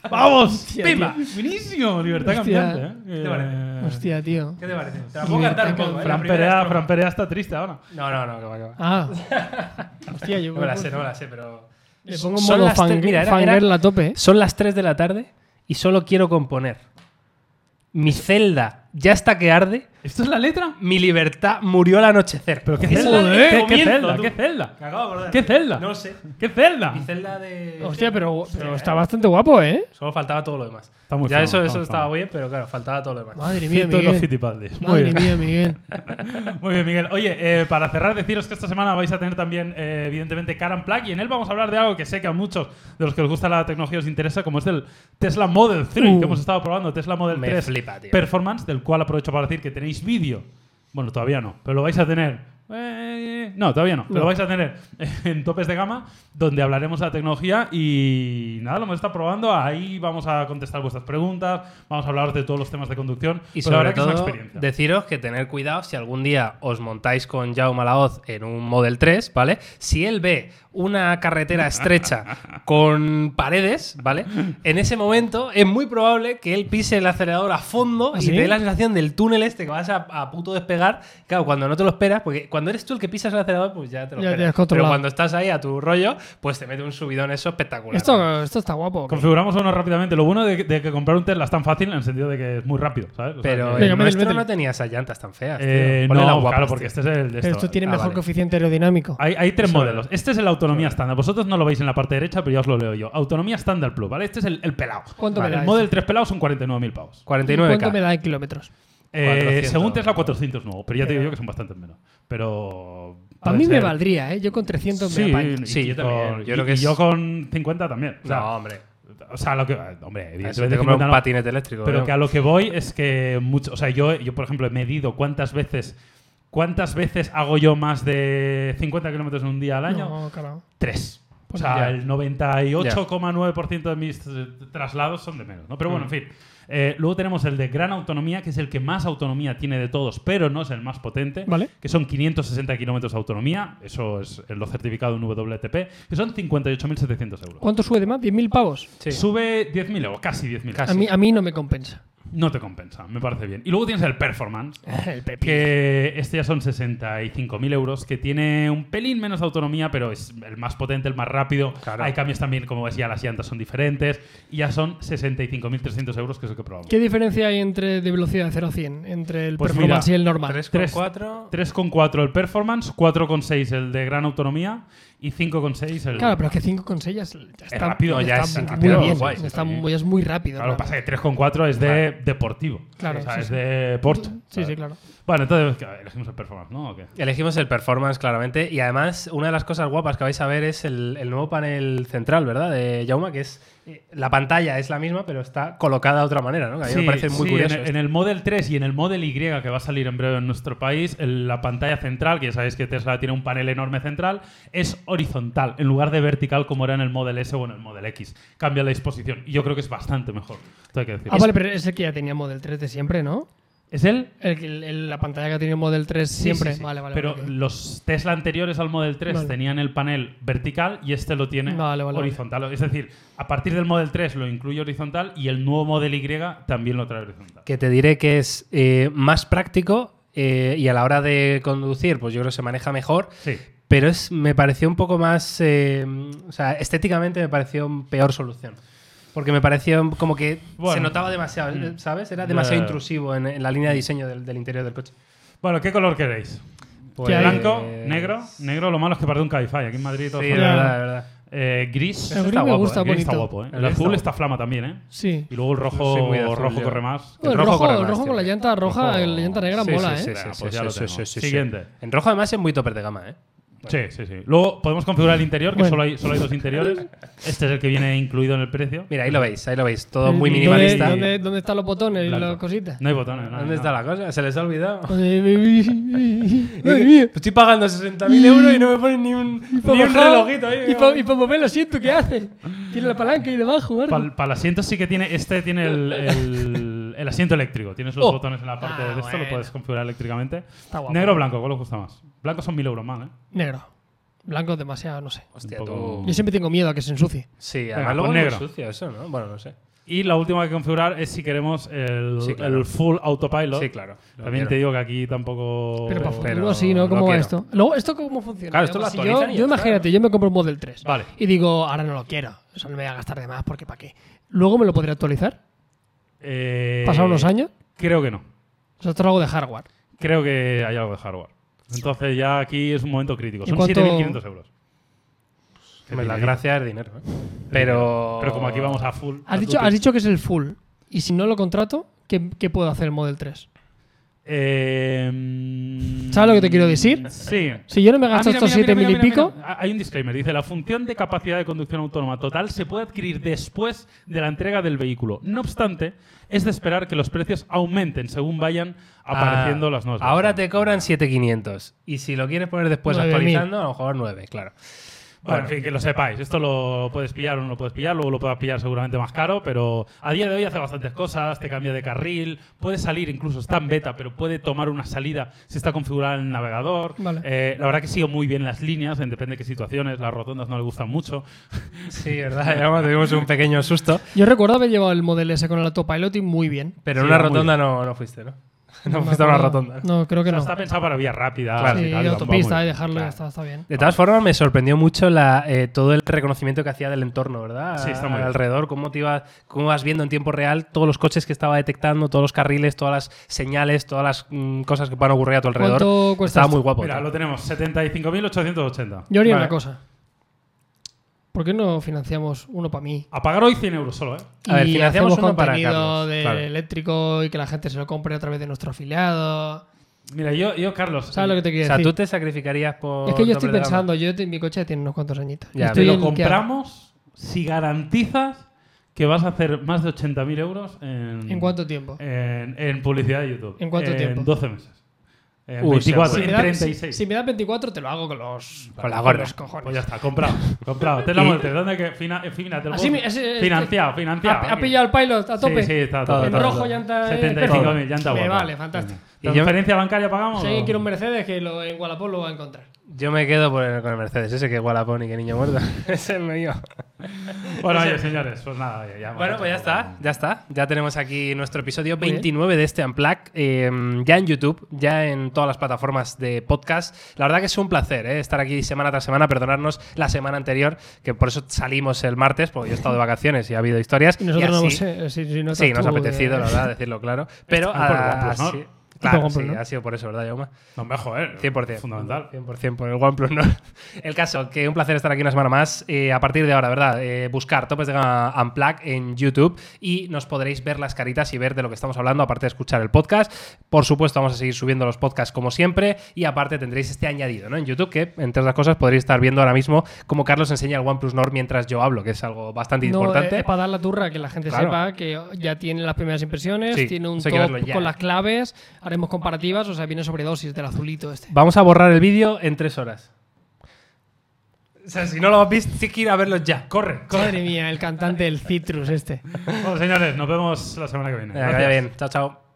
¡Vamos!
Pimba.
tío. Buenísimo, libertad
Hostia.
cambiante. ¿eh?
Te
Eh,
Hostia, tío.
¿Qué te parece? Te la
puedo cantar un poco, ¿eh?
Fran Perea, Fran Perea está triste ahora.
No, no, no, que va, que va.
Ah. Hostia, yo
No me la sé, no me la sé, pero.
Le pongo
Son
modo
las
fan,
tres- mira, era-
fangirl
era-
a tope. ¿eh?
Son las 3 de la tarde y solo quiero componer. Mi celda ya está que arde.
¿Esto es la letra?
Mi libertad murió al anochecer.
¿Pero qué
Es
celda? ¿eh?
la-
¿Qué-
el
¿Qué,
comienzo,
celda?
tú.
¿Qué celda?
Me acabo de acordar.
¿Qué celda?
No sé.
¿Qué celda?
Mi celda de.
Hostia, pero, pero está bastante guapo, ¿eh?
Solo faltaba todo lo demás.
Está muy
ya
feo,
eso,
está
eso
muy
estaba
feo.
bien, pero claro, faltaba todo lo demás.
Madre mía,
Cito los
Miguel.
Fittipaldis. Muy
Madre
bien.
mía, Miguel.
Muy bien, Miguel. Oye, eh, para cerrar, deciros que esta semana vais a tener también, eh, evidentemente, Karen Plug y en él vamos a hablar de algo que sé que a muchos de los que os gusta la tecnología os interesa, como es del Tesla Model 3, que hemos estado probando, Tesla Model
Uh. Me
3
flipa, tío.
Performance, del cual aprovecho para decir que tenéis vídeo. Bueno, todavía no, pero lo vais a tener. Eh, sí. No, todavía no. Lo
No.
vais a tener en topes de gama, donde hablaremos de la tecnología y nada, lo hemos estado probando. Ahí vamos a contestar vuestras preguntas, vamos a hablar de todos los temas de conducción.
Y
Pues la
sobre
verdad que es
todo,
una experiencia.
deciros que tener cuidado si algún día os montáis con Jaume Laoz en un Model 3, ¿vale? Si él ve una carretera estrecha con paredes, ¿vale? En ese momento es muy probable que él pise el acelerador a fondo
¿Ah,
y
sí?
te dé la sensación del túnel este que vas a, a puto despegar. Claro, cuando no te lo esperas, porque cuando eres tú el que pisas el acelerador, pues ya te lo
Ya
esperas.
tienes
Pero
controlado.
cuando estás ahí a tu rollo, pues te mete un subidón eso espectacular.
Esto, esto está guapo. ok.
Configuramos uno rápidamente. Lo bueno de, de que comprar un Tesla es tan fácil en el sentido de que es muy rápido, ¿sabes? O sea
Pero
que-
el
Venga, métele,
nuestro
métele.
no tenía esas llantas tan feas.
Eh,
tío. Ponle las
no,
guapas,
claro,
tío.
porque este es el de
Pero esto tiene
ah,
mejor
vale.
coeficiente aerodinámico.
Hay, hay tres
Eso
modelos. Este es el autonomía estándar. Vosotros no lo veis en la parte derecha, pero ya os lo leo yo. Autonomía estándar plus, ¿vale? Este es el, el pelado.
¿Cuánto
Vale,
me da
El Model 3 pelado son 49.000
49K.
pavos.
¿Cuánto me da en kilómetros?
Eh,
400.
según Tesla, 400 nuevos. Pero ya te digo yo que son bastantes menos. Pero...
A
puede
mí me
ser-
valdría, ¿eh? Yo con 300
Sí,
me apaño.
y
Sí, yo
con-
también. Yo
y-
creo que
y
es-
yo con 50 también. O sea,
No, hombre.
o sea, lo que... Hombre,
Eso te
evidentemente
compras
50
un
no.
patinete eléctrico.
Pero
¿no?
que a lo que voy es que mucho, o sea, yo, yo por ejemplo he medido cuántas veces cuántas veces hago yo más de 50 kilómetros en un día al año.
No, carajo.
Tres. O
Pues
sea,
ya.
el 98,9% de mis eh, traslados son de menos, ¿no? Pero bueno,
Mm.
en fin. Eh, luego tenemos el de gran autonomía, que es el que más autonomía tiene de todos, pero no es el más potente,
Vale.
que son 560 kilómetros de autonomía, eso es lo certificado en WTP, que son 58.700 euros.
¿Cuánto sube de más? ¿10.000 pavos?
Sí.
Sube 10.000 euros, casi 10.000.
Casi.
A mí, a mí no me compensa.
No te compensa, me parece bien. Y luego tienes el performance,
El pepino.
que este ya son 65.000 euros, que tiene un pelín menos autonomía, pero es el más potente, el más rápido.
Claro.
Hay cambios también, como ves, ya las llantas son diferentes. Y ya son 65.300 euros, que es el que probamos.
¿Qué diferencia hay entre de velocidad de 0 a 100? Entre el
Pues
performance
mira,
y el normal.
Tres con
Tres-
cuatro.
3,4 el performance, 4,6 el de gran autonomía y 5,6 el...
Claro, pero es que 5 con 6 ya es- ya está,
rápido,
ya es
está muy
rápido,
bien.
guay,
está
sí.
muy- es muy rápido.
Claro, lo que
claro.
pasa es que 3,4 es de deportivo.
Claro,
O sea,
sí,
es
sí.
de Porsche.
Sí, sí,
¿sabes?
claro.
Bueno, entonces ¿qué? elegimos el performance, ¿no? ¿O qué?
Elegimos el performance, claramente. Y además, una de las cosas guapas que vais a ver es el, el nuevo panel central, ¿verdad? De Yauma, que es. eh, La pantalla es la misma, pero está colocada de otra manera, ¿no? Que A mí me parece muy
sí,
curioso.
En,
esto.
en el Model 3 y en el Model Y, que va a salir en breve en nuestro país, el- la pantalla central, que ya sabéis que Tesla tiene un panel enorme central, es horizontal, en lugar de vertical como era en el Model S o en el Model X. Cambia la disposición y yo creo que es bastante mejor. Esto hay que decirlo.
Ah, vale, pero es el que ya tenía Model 3 de siempre, ¿no?
¿Es él?
El, el- el- la pantalla que ha tenido Model 3
Sí,
siempre.
sí, sí.
Vale, vale.
Pero
vale, ok.
los Tesla anteriores al Model 3
Vale.
tenían el panel vertical y este lo tiene
Vale, vale, vale.
horizontal. Es decir, a partir del Model 3 lo incluye horizontal y el nuevo Model Y también lo trae horizontal.
que te diré que es eh, más práctico eh, y a la hora de conducir, pues yo creo que se maneja mejor.
Sí.
Pero es, me pareció un poco más. eh, o sea, estéticamente me pareció un peor solución. Porque me pareció como que se
Bueno.
notaba demasiado, eh,
Mm.
¿sabes? Era demasiado
Ya.
intrusivo en, en la línea de diseño del, del interior del coche.
Bueno, ¿qué color queréis?
Pues-
hay?
Blanco, negro, negro, lo malo es que perdí un Cabify aquí en Madrid.
Sí,
todo
de
fue-
verdad, de verdad.
Eh, gris.
El gris me gusta,
eh, gris
bonito.
está guapo, eh. El,
El gris está
azul está flama también, ¿eh?
Sí.
Y luego el
Soy
rojo,
muy de azul,
rojo
yo.
corre más.
Bueno, el
el rojo
rojo,
corre
el
más,
rojo con la
tío.
llanta roja,
Rojo-
la llanta negra
Sí,
mola,
sí,
¿eh?
sí,
Venga,
sí,
pues ya
sí,
lo
sí,
tenemos.
sí, sí, sí.
Siguiente.
En rojo, además, es muy topper de gama, ¿eh?
Sí, sí, sí. Luego podemos configurar el interior, que
Bueno.
solo, hay, solo hay dos interiores. Este es el que viene incluido en el precio.
Mira, ahí lo veis, ahí lo veis. Todo muy
¿Dónde-
minimalista.
¿Dónde, dónde están los botones y
Blanco.
las cositas?
No hay botones. Ah, no hay
¿Dónde está
nada.
la cosa? ¿Se les ha olvidado?
Madre mía.
Estoy pagando 60.000 euros y no me ponen ni un,
pa'
ni un
bajar,
relojito ahí.
Y para mover lo siento, ¿qué hace? Tiene la palanca ahí debajo, ¿vale?
Para el asiento sí que tiene, este tiene el, el- el asiento eléctrico. Tienes los
Oh.
botones en la parte
Ah,
de esto, lo
bueno.
puedes configurar eléctricamente.
Está guapo.
Negro o blanco, ¿cuál os gusta más? Blanco son 1000 euros más, ¿eh?
Negro. Blanco demasiado, no sé.
Hostia,
Un
tú.
poco-
Yo siempre tengo miedo a que se ensucie.
Sí,
Venga,
además luego
pon
es muy
negro.
sucio eso, ¿no? Bueno, no sé.
Y la última que configurar es si queremos el,
Sí, claro.
el full autopilot.
Sí, claro. Lo
También
quiero.
te digo que aquí tampoco.
Pero para
pero
futuro sí, ¿no?
no
¿Cómo va
quiero.
esto? Luego, ¿esto cómo funciona?
Claro, esto
Digamos,
lo
si yo,
actualizan y ya
yo
está,
imagínate, yo me compro un Model 3.
Vale.
Y digo, ahora no lo quiero. O sea, no me voy a gastar de más porque ¿para qué? ¿Luego me lo podré actualizar?
Eh,
¿Pasados unos años?
Creo que no.
O sea, esto lo hago de hardware.
Creo que hay algo de hardware. Entonces ya aquí es un momento crítico.
¿Y
Son
cuánto-
7.500 euros.
Hombre, la
Te
gracia es dinero, ¿eh? Pero...
Pero como aquí vamos a full.
Has
a
dicho,
tutti.
has dicho que es el full. Y si no lo contrato, ¿qué, qué puedo hacer el Model 3?
Eh, mm,
¿Sabes lo que te quiero decir?
Sí.
Si yo no me
Ah,
gasto
mira,
estos
mira,
7.000
mira,
y
mira, mira,
pico,
mira. Ah, Hay un disclaimer. Dice, la función de capacidad de conducción autónoma total se puede adquirir después de la entrega del vehículo. No obstante, es de esperar que los precios aumenten según vayan apareciendo
Ah,
las nuevas.
Ahora
versiones.
te cobran 7.500. Y si lo quieres poner después
9.000.
actualizando, a lo mejor 9, claro.
Bueno, en fin, que lo sepáis. Esto lo puedes pillar o no lo puedes pillar. Luego lo puedas pillar seguramente más caro, pero a día de hoy hace bastantes cosas. Te cambia de carril, puede salir, incluso está en beta, pero puede tomar una salida si está configurada en el navegador.
Vale.
Eh, la verdad que sigo muy bien las líneas, en depende de qué situaciones. Las rotondas no le gustan mucho.
Sí, ¿verdad? Ya tuvimos un pequeño susto.
yo recuerdo haber llevado el modelo S con el autopilot y muy bien.
Pero
Sí,
en una
va muy
rotonda no, no fuiste, ¿no? No fuiste a
me
una
acuerdo.
rotonda.
No, creo que
O sea,
no.
Está pensado para vías rápidas.
Claro,
y
Sí,
tal,
de
y tampoco
autopista,
muy-
y dejarlo,
claro.
está, está bien.
De todas formas, me sorprendió mucho la, eh, todo el reconocimiento que hacía del entorno, ¿verdad?
Sí, está muy bien.
Alrededor, cómo, te iba, cómo vas viendo en tiempo real todos los coches que estaba detectando, todos los carriles, todas las señales, todas las mm, cosas que puedan ocurrir a tu alrededor.
¿Cuánto cuesta
Estaba
esto?
muy guapo.
Mira,
tío.
lo tenemos, 75.880.
Yo haría
Vale.
una cosa. ¿Por qué no financiamos uno para mí?
A pagar hoy 100 euros solo, ¿eh?
A ver,
y
financiamos
hacemos
uno para
contenido
Carlos,
de
claro.
eléctrico y que la gente se lo compre a través de nuestro afiliado.
Mira, yo, yo Carlos.
¿Sabes lo que te
O
quiero
sea,
decir?
tú te sacrificarías por.
Es que yo
doble
estoy
de gama?
pensando, yo te- mi coche tiene unos cuantos añitos.
Ya,
Estoy
pero
lo
en que hago.
compramos si garantizas que vas a hacer más de 80.000 euros en,
¿En cuánto tiempo?
En, en publicidad de YouTube.
¿En cuánto tiempo?
En 12 meses. En
Uy, sí,
24,
Si
en
me da-
36.
Si, si me da 24, te lo hago con los,
Con la gorra.
los cojones.
Pues ya está, comprado, comprado. Te la
Y-
muerte, ¿dónde que fina, eh, fina, te lo
Así
puedo-
me- ese-
financiado,
este-
financiado.
Ha, ha pillado el pilot a tope.
Sí, sí, está
Todo,
todo.
en
todo,
rojo,
todo.
llanta. eh,
75.000,
verde.
llanta
Me
guapa.
vale, fantástico.
Y yo-
¿Transferencia bancaria pagamos?
Si
o-
alguien quiere un Mercedes, que lo, en Wallapop lo va a encontrar.
Yo me quedo por el- con el Mercedes, ese que es Wallapony, que niño muerto. Ese es el mío.
Bueno, oye, señores, pues nada, oye,
Ah,
ya.
Bueno, pues ya está, ya está. Ya tenemos aquí nuestro episodio
bien.
29 de este Unplugged, eh, ya en YouTube, ya en todas las plataformas de podcast. La verdad que es un placer eh, estar aquí semana tras semana, perdonarnos la semana anterior, que por eso salimos el martes, porque yo he estado de vacaciones y ha habido historias.
Y nosotros no
así-
hemos. eh, si- si no
Sí,
estás
nos ha
tú,
apetecido,
eh,
la verdad, decirlo claro. Pero
Ah, por
ah,
guapos, ¿no?
así-
Por
Claro,
guapos,
sí,
¿no?
ha sido por eso, ¿verdad, Yauma?
No me joder.
100%.
Fundamental.
100% por el OnePlus, ¿no? El caso, que un placer estar aquí una semana más. Eh, a partir de ahora, ¿verdad? Eh, buscar Topes de Gama Unplug en YouTube y nos podréis ver las caritas y ver de lo que estamos hablando, aparte de escuchar el podcast. Por supuesto, vamos a seguir subiendo los podcasts como siempre y aparte tendréis este añadido, ¿no? En YouTube, que entre otras cosas podréis estar viendo ahora mismo cómo Carlos enseña el OnePlus Nord mientras yo hablo, que es algo bastante
No, eh,
importante.
es para dar la turra, que la gente
Claro.
sepa que ya tiene las primeras impresiones,
Sí,
tiene un
eso hay que verlo
top
ya.
con las claves, haremos comparativas, o sea, viene sobredosis del azulito este.
Vamos a borrar el vídeo en tres horas. O sea, si no lo has visto, tienes que ir a verlo ya. Corre, corre.
Madre mía, el cantante del Citrus este.
Bueno, señores, nos vemos la semana que viene.
Venga, que vaya
Gracias.
bien. Chao, chao.